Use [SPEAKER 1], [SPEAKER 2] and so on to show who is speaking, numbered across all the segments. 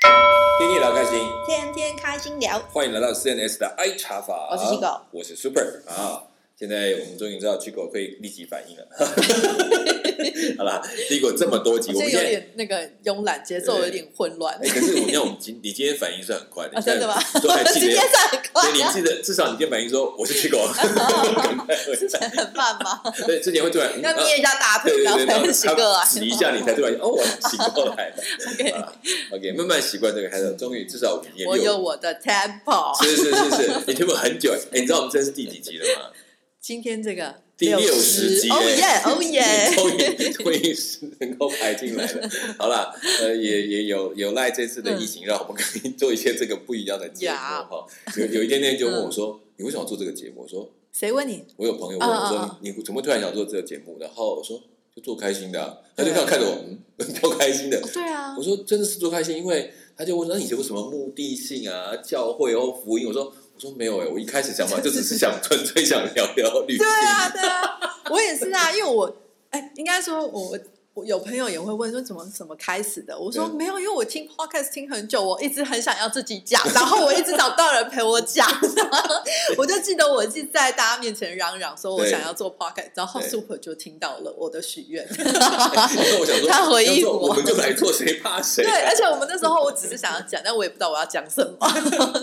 [SPEAKER 1] 天天聊开心，
[SPEAKER 2] 天天开心聊，
[SPEAKER 1] 欢迎来到 CNS 的爱茶法。
[SPEAKER 2] 我是 Chico
[SPEAKER 1] 我是 Super 啊。现在我们终于知道 Chico 可以立即反应 了。好啦，经过这么多集，
[SPEAKER 3] 我
[SPEAKER 1] 我们
[SPEAKER 3] 觉得有
[SPEAKER 1] 现在。
[SPEAKER 3] 点那个慵懒，节奏有点混乱
[SPEAKER 1] 哎、。可是我你看，我们今你今天反应算很快 的，
[SPEAKER 3] 啊 真的吗？
[SPEAKER 1] 都还记
[SPEAKER 3] 今
[SPEAKER 1] 得
[SPEAKER 3] 天，算很快啊
[SPEAKER 1] 对，你记得，至少你今天反应说我是 Chico，
[SPEAKER 3] 之前很慢吗？
[SPEAKER 1] 对，之前会突 然嗯
[SPEAKER 3] 要
[SPEAKER 1] 啊
[SPEAKER 3] 捏一下大
[SPEAKER 1] 对
[SPEAKER 3] 腿，
[SPEAKER 1] 对
[SPEAKER 3] 然后
[SPEAKER 1] 对，然后
[SPEAKER 3] 才醒过
[SPEAKER 1] 他
[SPEAKER 3] 来。
[SPEAKER 1] 指一下你才突然哦，我醒过来了。OK，慢啊慢习惯这个开头，终于至少五年
[SPEAKER 3] 我有
[SPEAKER 1] 六。
[SPEAKER 3] 我的 tempo。
[SPEAKER 1] 是是是是，你听过很久，哎，你知道我们这是第几集了吗？
[SPEAKER 3] 今天这个
[SPEAKER 1] 第
[SPEAKER 3] 六
[SPEAKER 1] 十集
[SPEAKER 3] 哦
[SPEAKER 1] 哎
[SPEAKER 3] 耶，哦 耶！
[SPEAKER 1] 终于终于是能够排进来了。好啦，呃，也也有有赖这次的疫情，让我们可以做一些这个不一样的节目
[SPEAKER 3] 嗯呀嗯
[SPEAKER 1] 哈。有有一天天就问我说：“你为什么要做这个节目？”我说
[SPEAKER 3] 谁问你？：“
[SPEAKER 1] 我有朋友问我
[SPEAKER 3] 嗯嗯
[SPEAKER 1] 说，你你怎么突然想做这个节目？”然后我说：“就做开心的啊。”他就看看着我，嗯， 做开心
[SPEAKER 2] 哦
[SPEAKER 1] 的。
[SPEAKER 3] 对啊
[SPEAKER 1] 我，说真的是做开心，因为他就问说那你有什么目的性啊？教会哦，福音？我说我说没有哎、我一开始想 法就只是想纯粹想聊聊旅行
[SPEAKER 3] 对。啊，对啊，我也是啊，因为我哎，应该说我我。我有朋友也会问说怎么怎么开始的，我说
[SPEAKER 1] 对
[SPEAKER 3] 没有，因为我听 podcast 听很久，我一直很想要自己讲，然后我一直找不到人陪我讲，然后我就记得我是在大家面前嚷嚷说我
[SPEAKER 1] 对
[SPEAKER 3] 想要做 podcast，然后
[SPEAKER 1] 对
[SPEAKER 3] super 就听到了我的许愿，
[SPEAKER 1] 然后我想说，
[SPEAKER 3] 他回
[SPEAKER 1] 要
[SPEAKER 3] 应
[SPEAKER 1] 做
[SPEAKER 3] 我
[SPEAKER 1] 我们就来做，谁怕谁？
[SPEAKER 3] 对，而且我们那时候我只是想要讲，但我也不知道我要讲什 么。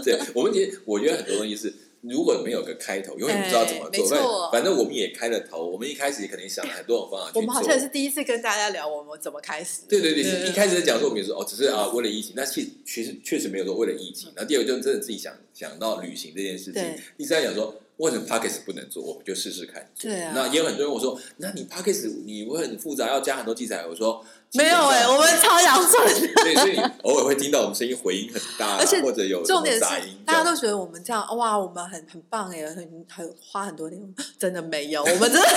[SPEAKER 1] 对，我们也我觉得很多东西是。如果没有个开头，永远不知道怎 么
[SPEAKER 3] 哎没
[SPEAKER 1] 做。
[SPEAKER 3] 错
[SPEAKER 1] 反正反正我们也开了头，我们一开始也可能想了很多种方法去做。
[SPEAKER 3] 我们好像也是第一次跟大家聊我们怎么开始。
[SPEAKER 1] 对对对，
[SPEAKER 3] 对
[SPEAKER 1] 一开始在讲说我们也说哦，只是啊为了疫情，那其实其实确实没有说为了疫情。然后第二个就是真的自己想想到旅行这件事情
[SPEAKER 3] 对。
[SPEAKER 1] 第三讲说为什么 p o c k e t 不能做，我们就试试看。
[SPEAKER 3] 对啊
[SPEAKER 1] 那也有很多人问我说，那你 p o c k e t 你会很复杂，要加很多器材。我说
[SPEAKER 3] 没有哎、
[SPEAKER 1] 哎、
[SPEAKER 3] 我 们超阳顺，
[SPEAKER 1] 所以所 以你偶尔会听到我们声音回音很大，
[SPEAKER 3] 而且
[SPEAKER 1] 或者有什么
[SPEAKER 3] 重点是
[SPEAKER 1] 杂音，
[SPEAKER 3] 大家都觉得我们这样哇，我们很很棒哎、很很花很多力， 真的没有，我们 真的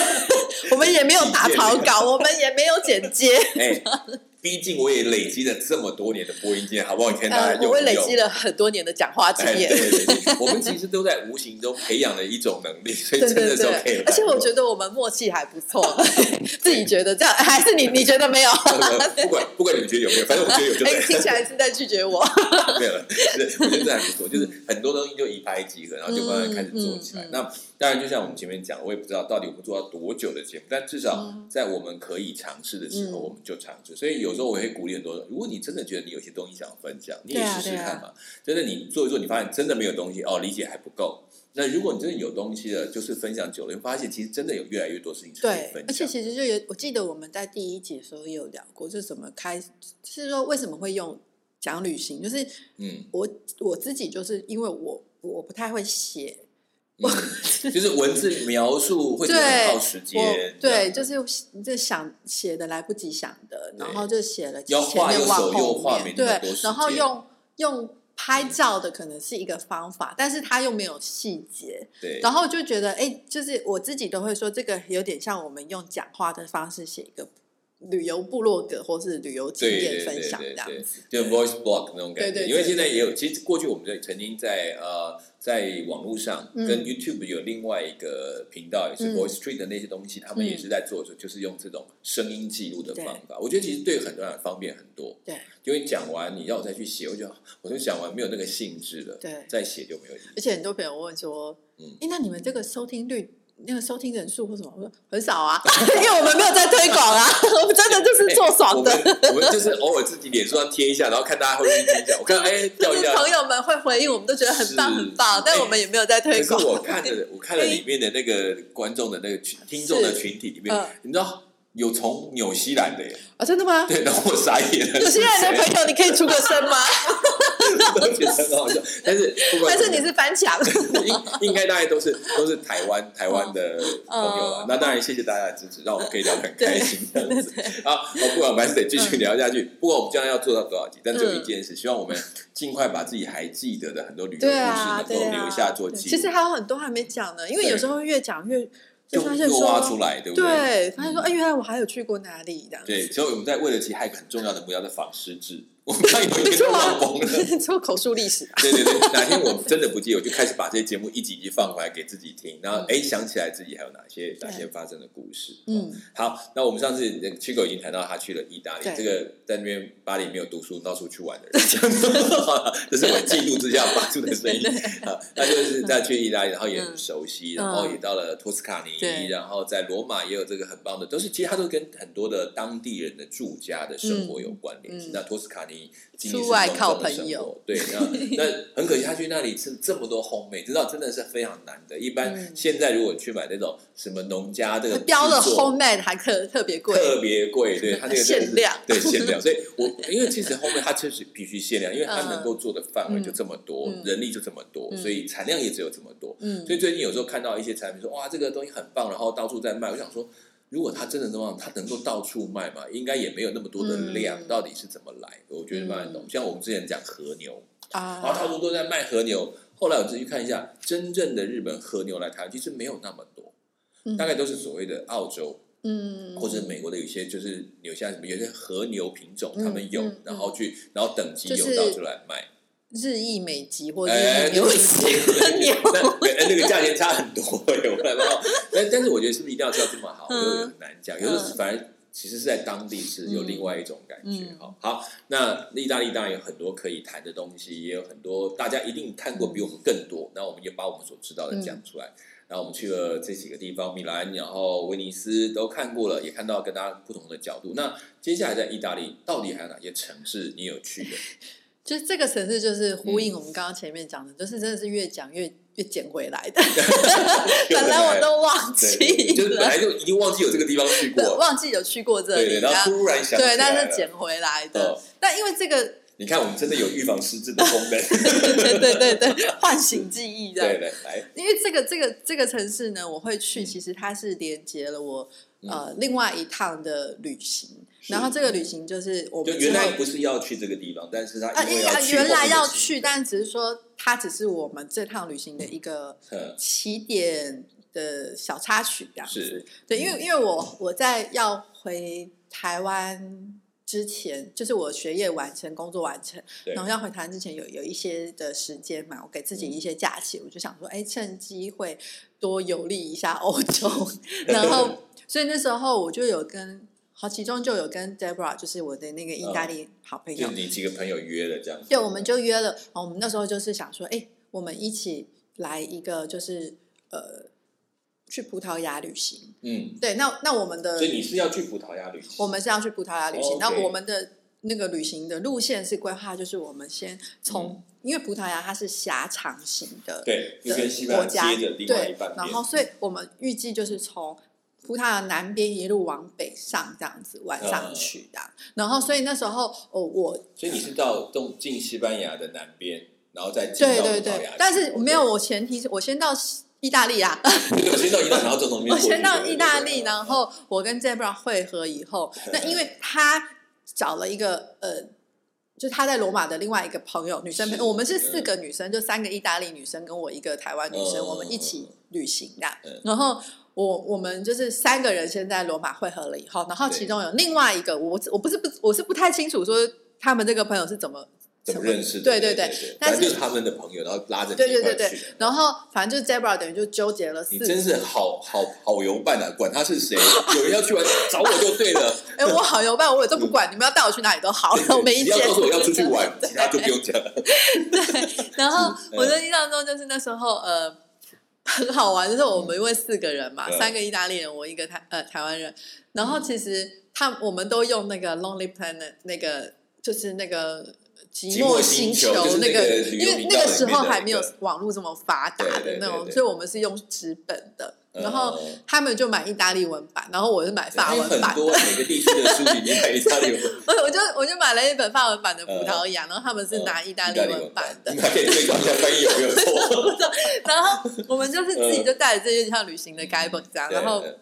[SPEAKER 3] 我们也没有打草稿，我们也没有剪 接，
[SPEAKER 1] 这样哎。毕竟我也累积了这么多年的播音经验，好不好？你看大家
[SPEAKER 3] 呃，
[SPEAKER 1] 用
[SPEAKER 3] 我们
[SPEAKER 1] 一
[SPEAKER 3] 累
[SPEAKER 1] 用
[SPEAKER 3] 积了很多年的讲话经
[SPEAKER 1] 哎，对
[SPEAKER 3] 验。
[SPEAKER 1] 对 对，我们其实都在无形中培养了一种能力，所以
[SPEAKER 3] 对
[SPEAKER 1] 真
[SPEAKER 3] 对
[SPEAKER 1] 的是
[SPEAKER 3] 对
[SPEAKER 1] OK 了。
[SPEAKER 3] 而且我觉得我们默契还不错， 自己觉得这样，还是你你觉得没有？
[SPEAKER 1] 不管不管你们觉得有没有，反正我觉得有就
[SPEAKER 3] 哎、
[SPEAKER 1] 对了，
[SPEAKER 3] 听起来是在拒绝 我。
[SPEAKER 1] 没有了。是我觉得这还不错，就是很多东西就一拍即合，然后就慢慢开始做起来。
[SPEAKER 3] 嗯嗯嗯
[SPEAKER 1] 那当然，就像我们前面讲，我也不知道到底我们做到多久的节目，但至少在我们可以尝试的时候，
[SPEAKER 3] 嗯
[SPEAKER 1] 我们就尝试。所以有时候我会鼓励很多人，如果你真的觉得你有些东西想分享，你也
[SPEAKER 3] 对啊
[SPEAKER 1] 试试
[SPEAKER 3] 对啊
[SPEAKER 1] 看嘛。真的，你做一做，你发现真的没有东西哦，理解还不够。那如果你真的有东西了，就是分享久了，你会发现其实真的有越来越多事情是可以
[SPEAKER 3] 对
[SPEAKER 1] 分，
[SPEAKER 3] 而且
[SPEAKER 1] 享。
[SPEAKER 3] 其实就有，我记得我们在第一集的时候也有聊过，就是怎么开，是说为什么会用讲旅行，就是
[SPEAKER 1] 嗯，
[SPEAKER 3] 我我自己就是因为我我不太会写，
[SPEAKER 1] 就是文字描述会觉得
[SPEAKER 3] 对
[SPEAKER 1] 很耗时间
[SPEAKER 3] 我，
[SPEAKER 1] 这样
[SPEAKER 3] 对，就是这想写的来不及想的，然后就写了
[SPEAKER 1] 要
[SPEAKER 3] 前
[SPEAKER 1] 画
[SPEAKER 3] 面
[SPEAKER 1] 又
[SPEAKER 3] 往
[SPEAKER 1] 手又
[SPEAKER 3] 后
[SPEAKER 1] 画
[SPEAKER 3] 面，
[SPEAKER 1] 没那么
[SPEAKER 3] 对
[SPEAKER 1] 多时，
[SPEAKER 3] 然后
[SPEAKER 1] 间嗯
[SPEAKER 3] 用用拍照的可能是一个方法，但是它又没有细节，
[SPEAKER 1] 对，
[SPEAKER 3] 然后就觉得，哎、就是我自己都会说，这个有点像我们用讲话的方式写一个旅游部落格或是旅游经
[SPEAKER 1] 对对
[SPEAKER 3] 验
[SPEAKER 1] 对
[SPEAKER 3] 分享这
[SPEAKER 1] 对
[SPEAKER 3] 样
[SPEAKER 1] 对
[SPEAKER 3] 子。，
[SPEAKER 1] 就 voice blog 那种感觉。
[SPEAKER 3] 对对对
[SPEAKER 1] 因为现在也有，其实过去我们在曾经在呃在网络上
[SPEAKER 3] 嗯
[SPEAKER 1] 跟 YouTube 有另外一个频道，也是
[SPEAKER 3] 嗯
[SPEAKER 1] Voice Street 的那些东西，他们也是在做，就是用这种声音记录的
[SPEAKER 3] 对
[SPEAKER 1] 方法。我觉得其实对很多人方便很多，
[SPEAKER 3] 对
[SPEAKER 1] 因为讲完你要我再去写，我就我就讲完没有那个兴致了，
[SPEAKER 3] 对
[SPEAKER 1] 再写就没有意义。
[SPEAKER 3] 而且很多朋友问说，
[SPEAKER 1] 嗯
[SPEAKER 3] 哎、那你们这个收听率？那个收听人数或什么，我说很少 啊，因为我们没有在推广啊，我们真的就是做爽的。
[SPEAKER 1] 哎我们我们就是偶尔自己脸书上贴一下，然后看大家会不会听一下。我看 哎，掉一
[SPEAKER 3] 就是
[SPEAKER 1] 下，
[SPEAKER 3] 朋友们会回应，我们都觉得很棒
[SPEAKER 1] 是
[SPEAKER 3] 很棒，但
[SPEAKER 1] 哎
[SPEAKER 3] 我们也没有在推
[SPEAKER 1] 可是
[SPEAKER 3] 广。
[SPEAKER 1] 我看了，我看了里面的那个观众的那个群，听众的群体里面，
[SPEAKER 3] 嗯
[SPEAKER 1] 你知道有从纽西兰的耶，
[SPEAKER 3] 啊，真的吗？
[SPEAKER 1] 对，然后我傻眼了。
[SPEAKER 3] 有些人的
[SPEAKER 1] 是谁
[SPEAKER 3] 朋友，你可以出个 声吗？
[SPEAKER 1] 都觉得很好笑，但是不管
[SPEAKER 3] 但是你是 翻墙，
[SPEAKER 1] 应应该大概都是都是台湾台湾的朋友啊
[SPEAKER 3] 嗯。
[SPEAKER 1] 那当然谢谢大家的支持，让我们可以聊得很开心这样子。好，我不管，我们还是得继续
[SPEAKER 3] 嗯
[SPEAKER 1] 聊下去。不管我们将来要做到多少集，但只有一件事，希望我们尽快把自己还记得的很多旅游故事
[SPEAKER 3] 对啊，
[SPEAKER 1] 能够
[SPEAKER 3] 对啊，
[SPEAKER 1] 留下做记
[SPEAKER 3] 其实
[SPEAKER 1] 录，
[SPEAKER 3] 还有很多还没讲呢，因为
[SPEAKER 1] 对
[SPEAKER 3] 有时候越讲越就
[SPEAKER 1] 就
[SPEAKER 3] 发现
[SPEAKER 1] 又挖出
[SPEAKER 3] 说，
[SPEAKER 1] 来，对不
[SPEAKER 3] 对，发现说，哎，原来我还有去过哪里这样子。
[SPEAKER 1] 对，所以我们在为了其实还有一个很重要的目标的纺织制， 我们刚有一 天都忘光了。
[SPEAKER 3] 做口述历史啊吧。
[SPEAKER 1] 对对对，哪天我真的不记得，我就开始把这些节目一集一集放回来给自己听，然后哎、想起来自己还有哪些哪些发生的故事。
[SPEAKER 3] 嗯，
[SPEAKER 1] 好，那我们上次七狗已经谈到他去了意大利
[SPEAKER 3] 对，
[SPEAKER 1] 这个在那边巴黎没有读书，到处去玩的人， 这是我嫉妒之下发出的声音啊。那就是在去意大利，然后也很熟悉，然后也到了托斯卡
[SPEAKER 3] 嗯对
[SPEAKER 1] 尼，然后在罗马也有这个很棒的，都是其实它都跟很多的当地人的住家的生活有关联
[SPEAKER 3] 嗯嗯
[SPEAKER 1] 系。那托斯卡尼经
[SPEAKER 3] 出
[SPEAKER 1] 历是
[SPEAKER 3] 外
[SPEAKER 1] 浓
[SPEAKER 3] 靠
[SPEAKER 1] 重的
[SPEAKER 3] 朋
[SPEAKER 1] 生
[SPEAKER 3] 友
[SPEAKER 1] 活，对，那 那很可惜，他去那里吃这么多烘焙，知道真的是非常难的。一
[SPEAKER 3] 嗯
[SPEAKER 1] 般现在如果去买那种什么农家这个
[SPEAKER 3] 标了
[SPEAKER 1] 制作
[SPEAKER 3] homemade 还特特别贵，
[SPEAKER 1] 特别贵， 对它那个真的是
[SPEAKER 3] 限量
[SPEAKER 1] 对限量。所以我因为其实后面它确实必须限量，因为它能够做的范围就这么多，
[SPEAKER 3] 嗯嗯嗯
[SPEAKER 1] 人力就这么多，
[SPEAKER 3] 嗯
[SPEAKER 1] 所以产量也只有这么多。
[SPEAKER 3] 嗯
[SPEAKER 1] 所以最近有时候看到一些产品说哇这个东西很棒，然后到处在卖，我想说。如果它真的那么，它能够到处卖嘛？应该也没有那么多的量，
[SPEAKER 3] 嗯
[SPEAKER 1] 到底是怎么来？我觉得蛮懂。像我们之前讲和牛，然后
[SPEAKER 3] 啊，
[SPEAKER 1] 到处都在卖和牛。后来我仔细看一下，真正的日本和牛来台湾其实没有那么多，
[SPEAKER 3] 嗯
[SPEAKER 1] 大概都是所谓的澳洲
[SPEAKER 3] 嗯，
[SPEAKER 1] 或者美国的有些就是纽西兰什么有些和牛品种
[SPEAKER 3] 嗯
[SPEAKER 1] 他们有
[SPEAKER 3] 嗯，
[SPEAKER 1] 然后去然后等级
[SPEAKER 3] 就
[SPEAKER 1] 有
[SPEAKER 3] 是
[SPEAKER 1] 到出来卖，
[SPEAKER 3] 日裔美籍或日
[SPEAKER 1] 哎，
[SPEAKER 3] 裔牛籍和牛，
[SPEAKER 1] 那对哎那个价钱差很多， 有没有？但但是我觉得是不是一定要叫这么好，
[SPEAKER 3] 嗯
[SPEAKER 1] 有点难讲，有时候反正。其实是在当地是有另外一种感觉
[SPEAKER 3] 嗯，
[SPEAKER 1] 好、好，那意大利当然有很多可以谈的东西，也有很多大家一定看过比我们更多，那我们也把我们所知道的
[SPEAKER 3] 嗯
[SPEAKER 1] 讲出来。然后我们去了这几个地方，米兰，然后威尼斯都看过了，也看到跟大家不同的角度。那接下来在意大利到底还有哪些城市你有 去的？
[SPEAKER 3] 就是这个城市，就是
[SPEAKER 1] 嗯
[SPEAKER 3] 呼应我们刚刚前面讲的，就是真的是越讲越越捡回来的，本来我都忘
[SPEAKER 1] 对，
[SPEAKER 3] 记
[SPEAKER 1] 就是本
[SPEAKER 3] 了，
[SPEAKER 1] 来就已经忘记有这个地方去
[SPEAKER 3] 对
[SPEAKER 1] 过，
[SPEAKER 3] 忘记有去过这
[SPEAKER 1] 对
[SPEAKER 3] 里，
[SPEAKER 1] 对，
[SPEAKER 3] 啊
[SPEAKER 1] 然后突然想起来了，
[SPEAKER 3] 对，但是捡回来的
[SPEAKER 1] 哦。
[SPEAKER 3] 但因为这个，
[SPEAKER 1] 你看，我们真的有预防失智的功能，
[SPEAKER 3] 对对对对，唤醒记忆这样
[SPEAKER 1] 对。对，来，
[SPEAKER 3] 因为这个这个这个城市呢，我会
[SPEAKER 1] 嗯
[SPEAKER 3] 去，其实它是连接了我呃另外一趟的旅行，
[SPEAKER 1] 是嗯
[SPEAKER 3] 然后这个旅行就是我
[SPEAKER 1] 就
[SPEAKER 3] 们
[SPEAKER 1] 原
[SPEAKER 3] 之后
[SPEAKER 1] 来不是要去这个地方，但是
[SPEAKER 3] 啊，
[SPEAKER 1] 他因
[SPEAKER 3] 因
[SPEAKER 1] 为
[SPEAKER 3] 为
[SPEAKER 1] 要
[SPEAKER 3] 啊
[SPEAKER 1] 去，
[SPEAKER 3] 原来
[SPEAKER 1] 后
[SPEAKER 3] 要
[SPEAKER 1] 面的事
[SPEAKER 3] 去，但只是说它只是我们这趟旅行的一个
[SPEAKER 1] 嗯
[SPEAKER 3] 起点的小插曲，这样子。
[SPEAKER 1] 是嗯
[SPEAKER 3] 对，因为因为我我在要回台湾之前，就是我学业完成、工作完成，
[SPEAKER 1] 对
[SPEAKER 3] 然后要回台湾之前有有一些的时间嘛，我给自己
[SPEAKER 1] 嗯
[SPEAKER 3] 一些假期，我就想说，哎，趁机会多游历一下 欧洲，然后所以那时候我就有跟。好，其中就有跟 Debra，就是我的那个意大
[SPEAKER 1] 嗯
[SPEAKER 3] 利好朋友，
[SPEAKER 1] 就是你几个朋友约了这样子，
[SPEAKER 3] 对，我们就约了，哦我们那时候就是想说，哎，我们一起来一个就是呃，去葡萄牙旅行。
[SPEAKER 1] 嗯，
[SPEAKER 3] 对，那那我们的
[SPEAKER 1] 所以你是要去葡萄牙旅行，
[SPEAKER 3] 呃我们是要去葡萄牙旅行，
[SPEAKER 1] 哦
[SPEAKER 3] 那、
[SPEAKER 1] ，OK
[SPEAKER 3] 我们的那个旅行的路线是规划，就是我们先从，因为葡萄牙它是狭长型的
[SPEAKER 1] 嗯对，就
[SPEAKER 3] 的
[SPEAKER 1] 跟西班
[SPEAKER 3] 国
[SPEAKER 1] 牙
[SPEAKER 3] 家，
[SPEAKER 1] 接着另外一
[SPEAKER 3] 对
[SPEAKER 1] 半，边
[SPEAKER 3] 然后所以我们预计就是从葡萄牙南边一路往北上这样子，晚上
[SPEAKER 1] 嗯
[SPEAKER 3] 去的。然后所以那时候哦，我
[SPEAKER 1] 所以你是到东进西班牙的南边，然后再进
[SPEAKER 3] 对
[SPEAKER 1] 到葡
[SPEAKER 3] 对
[SPEAKER 1] 萄牙
[SPEAKER 3] 对
[SPEAKER 1] 去，，
[SPEAKER 3] 但是没有，我前提是我先到意大利啊，
[SPEAKER 1] 对，我先到意大利，然后从旁边
[SPEAKER 3] 我
[SPEAKER 1] 过去
[SPEAKER 3] 先到意大利，
[SPEAKER 1] 对对对
[SPEAKER 3] 然后我跟 Zebra 会合以后，那因为他找了一个呃，就他在罗马的另外一个朋友，女生朋友，
[SPEAKER 1] 是
[SPEAKER 3] 我们是四个女生，就三个意大利女生跟我一个台湾女生，
[SPEAKER 1] 嗯
[SPEAKER 3] 我们一起旅行的
[SPEAKER 1] 嗯。
[SPEAKER 3] 然后我我们就是三个人先在罗马会合了以后，然后
[SPEAKER 1] 对
[SPEAKER 3] 其中有另外一个，我我不是不我是不太清楚说他们这个朋友是怎么
[SPEAKER 1] 怎么认识的？
[SPEAKER 3] 对
[SPEAKER 1] 对
[SPEAKER 3] 对对
[SPEAKER 1] 对，
[SPEAKER 3] 但
[SPEAKER 1] 反
[SPEAKER 3] 是
[SPEAKER 1] 正就是他们的朋友，然后拉着你
[SPEAKER 3] 对对
[SPEAKER 1] 一块
[SPEAKER 3] 对对
[SPEAKER 1] 去的，
[SPEAKER 3] 然后反正就是 Zebra 等于就纠结了四
[SPEAKER 1] 你真是好好好游伴啊！管他是 谁，有人要去玩，找我就对了。
[SPEAKER 3] 哎、我好游伴，我也都不
[SPEAKER 1] 嗯
[SPEAKER 3] 管，你们要带我去哪里都好，我没意
[SPEAKER 1] 只要
[SPEAKER 3] 见。
[SPEAKER 1] 告诉我要出去玩，其他就不用 讲了。
[SPEAKER 3] 然后
[SPEAKER 1] 嗯
[SPEAKER 3] 我的印象中就是那时候呃很好玩，就是我们因为四个人嘛，
[SPEAKER 1] 嗯
[SPEAKER 3] 三个意大利人，我一个台呃台湾人，然后其实他我们都用那个 Lonely Planet 那个就是那个。寂
[SPEAKER 1] 寂寞
[SPEAKER 3] 星
[SPEAKER 1] 星球就是
[SPEAKER 3] 那
[SPEAKER 1] 那个旅
[SPEAKER 3] 因
[SPEAKER 1] 游
[SPEAKER 3] 为
[SPEAKER 1] 频
[SPEAKER 3] 那
[SPEAKER 1] 道
[SPEAKER 3] 个时
[SPEAKER 1] 里面
[SPEAKER 3] 候
[SPEAKER 1] 的
[SPEAKER 3] 还
[SPEAKER 1] 那
[SPEAKER 3] 没有
[SPEAKER 1] 个
[SPEAKER 3] 网络这么发达
[SPEAKER 1] 对
[SPEAKER 3] 的
[SPEAKER 1] 对
[SPEAKER 3] 那
[SPEAKER 1] 对
[SPEAKER 3] 种，
[SPEAKER 1] 对
[SPEAKER 3] 所以我们是用纸本的，然后
[SPEAKER 1] 嗯
[SPEAKER 3] 他们就买意大利文版，然后我是买法
[SPEAKER 1] 因为
[SPEAKER 3] 文版
[SPEAKER 1] 很。 多每个地区的书籍，你买意大利文、
[SPEAKER 3] 我我就我就买了一本法文版的葡萄牙，然后他们是拿意
[SPEAKER 1] 嗯
[SPEAKER 3] 大
[SPEAKER 1] 意
[SPEAKER 3] 利
[SPEAKER 1] 大利
[SPEAKER 3] 文
[SPEAKER 1] 文
[SPEAKER 3] 版的
[SPEAKER 1] 你，还可以对照一下翻译有没有错。
[SPEAKER 3] 然后我们就是自己就带着这些像旅行的 guidebook 这 样，然后
[SPEAKER 1] 嗯对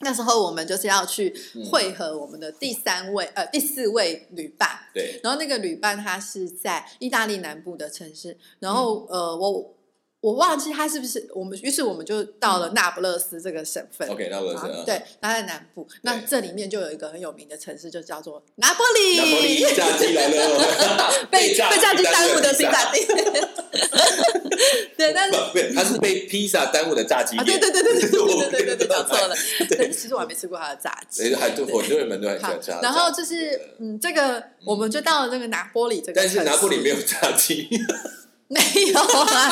[SPEAKER 3] 那时候我们就是要去
[SPEAKER 1] 嗯
[SPEAKER 3] 会合我们的第三位呃第四位旅伴，
[SPEAKER 1] 对，嗯
[SPEAKER 3] 然后那个旅伴他是在意大利南部的城市，然后呃我我忘记他是不是我们，于是我们就到了那不勒斯这个省份。
[SPEAKER 1] OK，那不勒斯
[SPEAKER 3] 啊
[SPEAKER 1] 嗯
[SPEAKER 3] 对，它在南部。那
[SPEAKER 1] 对
[SPEAKER 3] 这里面就有一个很有名的城市，就叫做拿波
[SPEAKER 1] 拿破里
[SPEAKER 3] 里，
[SPEAKER 1] 炸鸡来了，
[SPEAKER 3] 被被炸鸡耽误的披
[SPEAKER 1] 披萨
[SPEAKER 3] 萨店。 对，但是
[SPEAKER 1] 不，不是，他是被披萨耽误的炸鸡
[SPEAKER 3] 啊，对
[SPEAKER 1] 店。
[SPEAKER 3] 对对对对对对对对对，
[SPEAKER 1] 我不
[SPEAKER 3] 讲错
[SPEAKER 1] 知道
[SPEAKER 3] 了。但是其实我还没吃过他的炸鸡。
[SPEAKER 1] 哎，很多很多人们都很喜
[SPEAKER 3] 好
[SPEAKER 1] 欢吃它的炸鸡。
[SPEAKER 3] 然后就是，嗯，这个我们就到了这个拿波里这个城
[SPEAKER 1] 但
[SPEAKER 3] 市，
[SPEAKER 1] 是拿破里没有炸鸡，
[SPEAKER 3] 没有啊，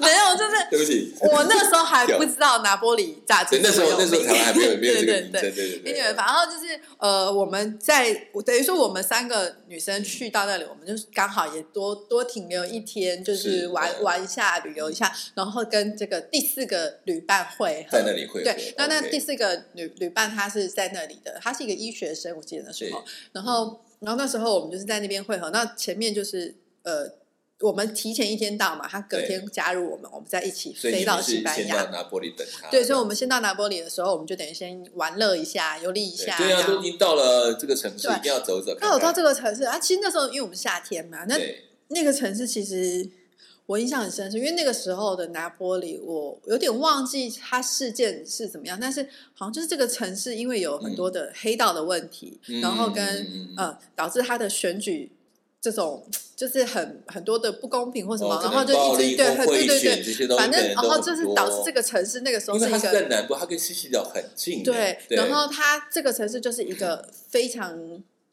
[SPEAKER 3] 没有，就 是
[SPEAKER 1] 对不起。
[SPEAKER 3] 我那时候还不知道拿波里炸鸡
[SPEAKER 1] 对，
[SPEAKER 3] 是
[SPEAKER 1] 那时候
[SPEAKER 3] 有
[SPEAKER 1] 那时候
[SPEAKER 3] 名
[SPEAKER 1] 台湾还没有没有这个
[SPEAKER 3] 对对
[SPEAKER 1] 名称，对
[SPEAKER 3] 对
[SPEAKER 1] 对
[SPEAKER 3] 美
[SPEAKER 1] 对
[SPEAKER 3] 女
[SPEAKER 1] 对
[SPEAKER 3] 们，。然后就是呃，我们在我等于说我们三个女生去到那里，我们就是刚好也多多停留一天，就是
[SPEAKER 1] 是
[SPEAKER 3] 玩
[SPEAKER 1] 对
[SPEAKER 3] 玩一下、旅游一下，然后跟这个第四个旅伴会合
[SPEAKER 1] 在。那里会合
[SPEAKER 3] 对，那那
[SPEAKER 1] OK
[SPEAKER 3] 第四个旅旅伴她是在那里的，她是一个医学生，我记得那时候
[SPEAKER 1] 对，
[SPEAKER 3] 然后然后那时候我们就是在那边会合，那前面就是呃。我们提前一天到嘛，她隔
[SPEAKER 1] 对
[SPEAKER 3] 天加入我们，我们再一起
[SPEAKER 1] 所以
[SPEAKER 3] 飞
[SPEAKER 1] 你
[SPEAKER 3] 到
[SPEAKER 1] 们
[SPEAKER 3] 西
[SPEAKER 1] 是
[SPEAKER 3] 班
[SPEAKER 1] 先
[SPEAKER 3] 牙。
[SPEAKER 1] 到拿破里等他。
[SPEAKER 3] 对，所以我们先到拿波里的时候，我们就等于先玩乐一下，游历一
[SPEAKER 1] 对
[SPEAKER 3] 下。
[SPEAKER 1] 对啊，
[SPEAKER 3] 然后
[SPEAKER 1] 都已经到了这个城市，
[SPEAKER 3] 对
[SPEAKER 1] 一定要走走看看。
[SPEAKER 3] 那我到这个城市啊，其实那时候因为我们夏天嘛，那
[SPEAKER 1] 对
[SPEAKER 3] 那个城市其实我印象很深，是因为那个时候的拿波里，我有点忘记它事件是怎么样，但是好像就是这个城市因为有很多的黑道的问题，
[SPEAKER 1] 嗯
[SPEAKER 3] 然后
[SPEAKER 1] 嗯
[SPEAKER 3] 跟
[SPEAKER 1] 嗯嗯嗯
[SPEAKER 3] 呃导致他的选举。这种就是很很多的不公平或什么，
[SPEAKER 1] 哦可
[SPEAKER 3] 然
[SPEAKER 1] 能
[SPEAKER 3] 后就一
[SPEAKER 1] 暴
[SPEAKER 3] 直
[SPEAKER 1] 力
[SPEAKER 3] 对
[SPEAKER 1] 或
[SPEAKER 3] 很对
[SPEAKER 1] 贿
[SPEAKER 3] 对
[SPEAKER 1] 选这些
[SPEAKER 3] 对，
[SPEAKER 1] 东西
[SPEAKER 3] 反正
[SPEAKER 1] 可能
[SPEAKER 3] 然
[SPEAKER 1] 都
[SPEAKER 3] 后
[SPEAKER 1] 很
[SPEAKER 3] 就是
[SPEAKER 1] 多
[SPEAKER 3] 导致这个城市那个时候
[SPEAKER 1] 因
[SPEAKER 3] 是
[SPEAKER 1] 为
[SPEAKER 3] 一
[SPEAKER 1] 它
[SPEAKER 3] 个
[SPEAKER 1] 是在南部，它跟西西里岛很近欸。
[SPEAKER 3] 对，
[SPEAKER 1] 对，
[SPEAKER 3] 然后它这个城市就是一个非常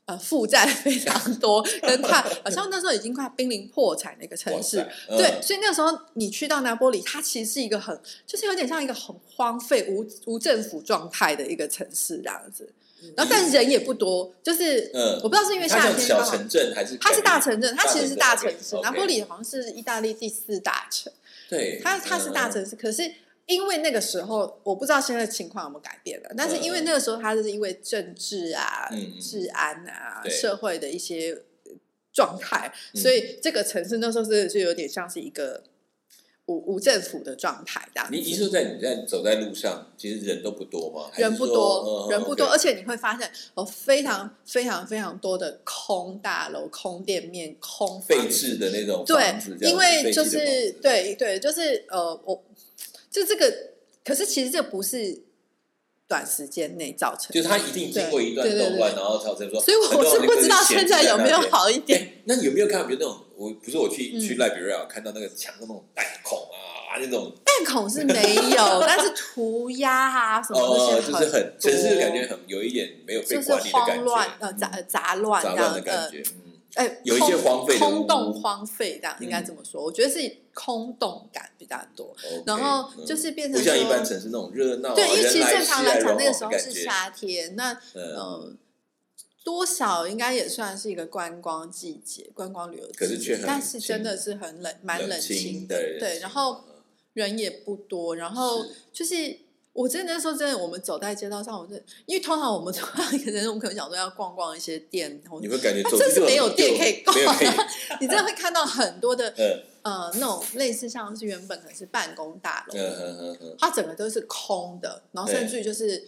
[SPEAKER 3] 呃负债非常 多，跟它好像那时候已经快濒临破产的一个城
[SPEAKER 1] 哇
[SPEAKER 3] 市
[SPEAKER 1] 塞。，嗯
[SPEAKER 3] 对，所以那时候你去到拿波里，它其实是一个很，就是有点像一个很荒废、无无政府状态的一个城市这样子。然后，但人也不多，就是
[SPEAKER 1] 嗯
[SPEAKER 3] 我不知道是因为
[SPEAKER 1] 它
[SPEAKER 3] 夏
[SPEAKER 1] 像
[SPEAKER 3] 天
[SPEAKER 1] 小
[SPEAKER 3] 刚好
[SPEAKER 1] 城镇还是
[SPEAKER 3] 它是大城镇，它其实是大城市。
[SPEAKER 1] 大城镇，OK，OK
[SPEAKER 3] 拿波里好像是意大利第四大城，
[SPEAKER 1] 对，
[SPEAKER 3] 它它是大
[SPEAKER 1] 嗯
[SPEAKER 3] 城市，可是因为那个时候我不知道现在的情况有没有改变了，但是因为那个时候它就是因为政治啊、
[SPEAKER 1] 嗯嗯
[SPEAKER 3] 治安啊、
[SPEAKER 1] 对
[SPEAKER 3] 社会的一些呃状态，
[SPEAKER 1] 嗯
[SPEAKER 3] 所以这个城市那时候是就有点像是一个无无政府的状态这样
[SPEAKER 1] 你你
[SPEAKER 3] 子。
[SPEAKER 1] 说在你在走在路上，其实人都不多吗？还是
[SPEAKER 3] 人不
[SPEAKER 1] 说
[SPEAKER 3] 多，
[SPEAKER 1] 嗯
[SPEAKER 3] 人不多，
[SPEAKER 1] ，OK
[SPEAKER 3] 而且你会发现有非常非常非常多的空大楼、空店面、空房
[SPEAKER 1] 废置的那种
[SPEAKER 3] 对
[SPEAKER 1] 房子，这样
[SPEAKER 3] 因
[SPEAKER 1] 子
[SPEAKER 3] 为就
[SPEAKER 1] 废弃的
[SPEAKER 3] 是
[SPEAKER 1] 房子
[SPEAKER 3] 对对，就是呃，我就这个，可是其实这不是短时间内造成的，
[SPEAKER 1] 就是它一定经过一段啊
[SPEAKER 3] 对对对
[SPEAKER 1] 动乱，然后造成说，
[SPEAKER 3] 所以我是不知道现在有没有好一点。
[SPEAKER 1] 哎，啊那你有没有看到，比如那种，我不是我去
[SPEAKER 3] 嗯
[SPEAKER 1] 去赖比瑞尔看到那个墙的那种弹孔啊，那种
[SPEAKER 3] 弹孔是没 有，但是涂鸦啊什么
[SPEAKER 1] 哦，
[SPEAKER 3] 那
[SPEAKER 1] 就
[SPEAKER 3] 些
[SPEAKER 1] 是很
[SPEAKER 3] 多
[SPEAKER 1] 城市的感觉很有一点没有被
[SPEAKER 3] 就是
[SPEAKER 1] 管理的感
[SPEAKER 3] 慌乱
[SPEAKER 1] 觉，
[SPEAKER 3] 呃杂
[SPEAKER 1] 嗯
[SPEAKER 3] 杂乱
[SPEAKER 1] 杂
[SPEAKER 3] 这
[SPEAKER 1] 乱的
[SPEAKER 3] 样
[SPEAKER 1] 感
[SPEAKER 3] 呃
[SPEAKER 1] 觉，嗯，
[SPEAKER 3] 哎
[SPEAKER 1] 有一些
[SPEAKER 3] 空
[SPEAKER 1] 荒废的
[SPEAKER 3] 空
[SPEAKER 1] 屋
[SPEAKER 3] 洞荒废这样应该
[SPEAKER 1] 嗯
[SPEAKER 3] 这么说，我觉得是空洞感比较多，
[SPEAKER 1] OK，
[SPEAKER 3] 然后
[SPEAKER 1] 嗯
[SPEAKER 3] 就是变成
[SPEAKER 1] 不像一
[SPEAKER 3] 说
[SPEAKER 1] 般城市那种热闹啊，
[SPEAKER 3] 对，因为
[SPEAKER 1] 人
[SPEAKER 3] 其实
[SPEAKER 1] 来
[SPEAKER 3] 正常
[SPEAKER 1] 熙
[SPEAKER 3] 来
[SPEAKER 1] 来
[SPEAKER 3] 讲，
[SPEAKER 1] 人
[SPEAKER 3] 那
[SPEAKER 1] 往
[SPEAKER 3] 个时
[SPEAKER 1] 的
[SPEAKER 3] 候
[SPEAKER 1] 感
[SPEAKER 3] 是
[SPEAKER 1] 觉，
[SPEAKER 3] 夏天，那
[SPEAKER 1] 嗯，
[SPEAKER 3] 呃，多少应该也算是一个观光季节、观光旅游季节，
[SPEAKER 1] 可是却很
[SPEAKER 3] 但
[SPEAKER 1] 冷
[SPEAKER 3] 是
[SPEAKER 1] 清
[SPEAKER 3] 真的是很冷，蛮冷
[SPEAKER 1] 清
[SPEAKER 3] 清
[SPEAKER 1] 的人
[SPEAKER 3] 对，
[SPEAKER 1] 情
[SPEAKER 3] 然后
[SPEAKER 1] 嗯
[SPEAKER 3] 人也不多，然后
[SPEAKER 1] 是
[SPEAKER 3] 就是。我真的那时候真的，我们走在街道上，我真的因为通常我们 走到一个人，我们可能想说要逛逛一些店，或
[SPEAKER 1] 你
[SPEAKER 3] 者
[SPEAKER 1] 会感觉
[SPEAKER 3] 它
[SPEAKER 1] 走
[SPEAKER 3] 啊真
[SPEAKER 1] 出
[SPEAKER 3] 是
[SPEAKER 1] 去
[SPEAKER 3] 没
[SPEAKER 1] 就
[SPEAKER 3] 有店可以逛啊
[SPEAKER 1] 没有可以，
[SPEAKER 3] 你真的会看到很多的
[SPEAKER 1] 嗯
[SPEAKER 3] 呃那种类似像是原本可能是办公大楼，
[SPEAKER 1] 嗯嗯嗯嗯，
[SPEAKER 3] 它整个都是空的，然后
[SPEAKER 1] 对
[SPEAKER 3] 甚至于就是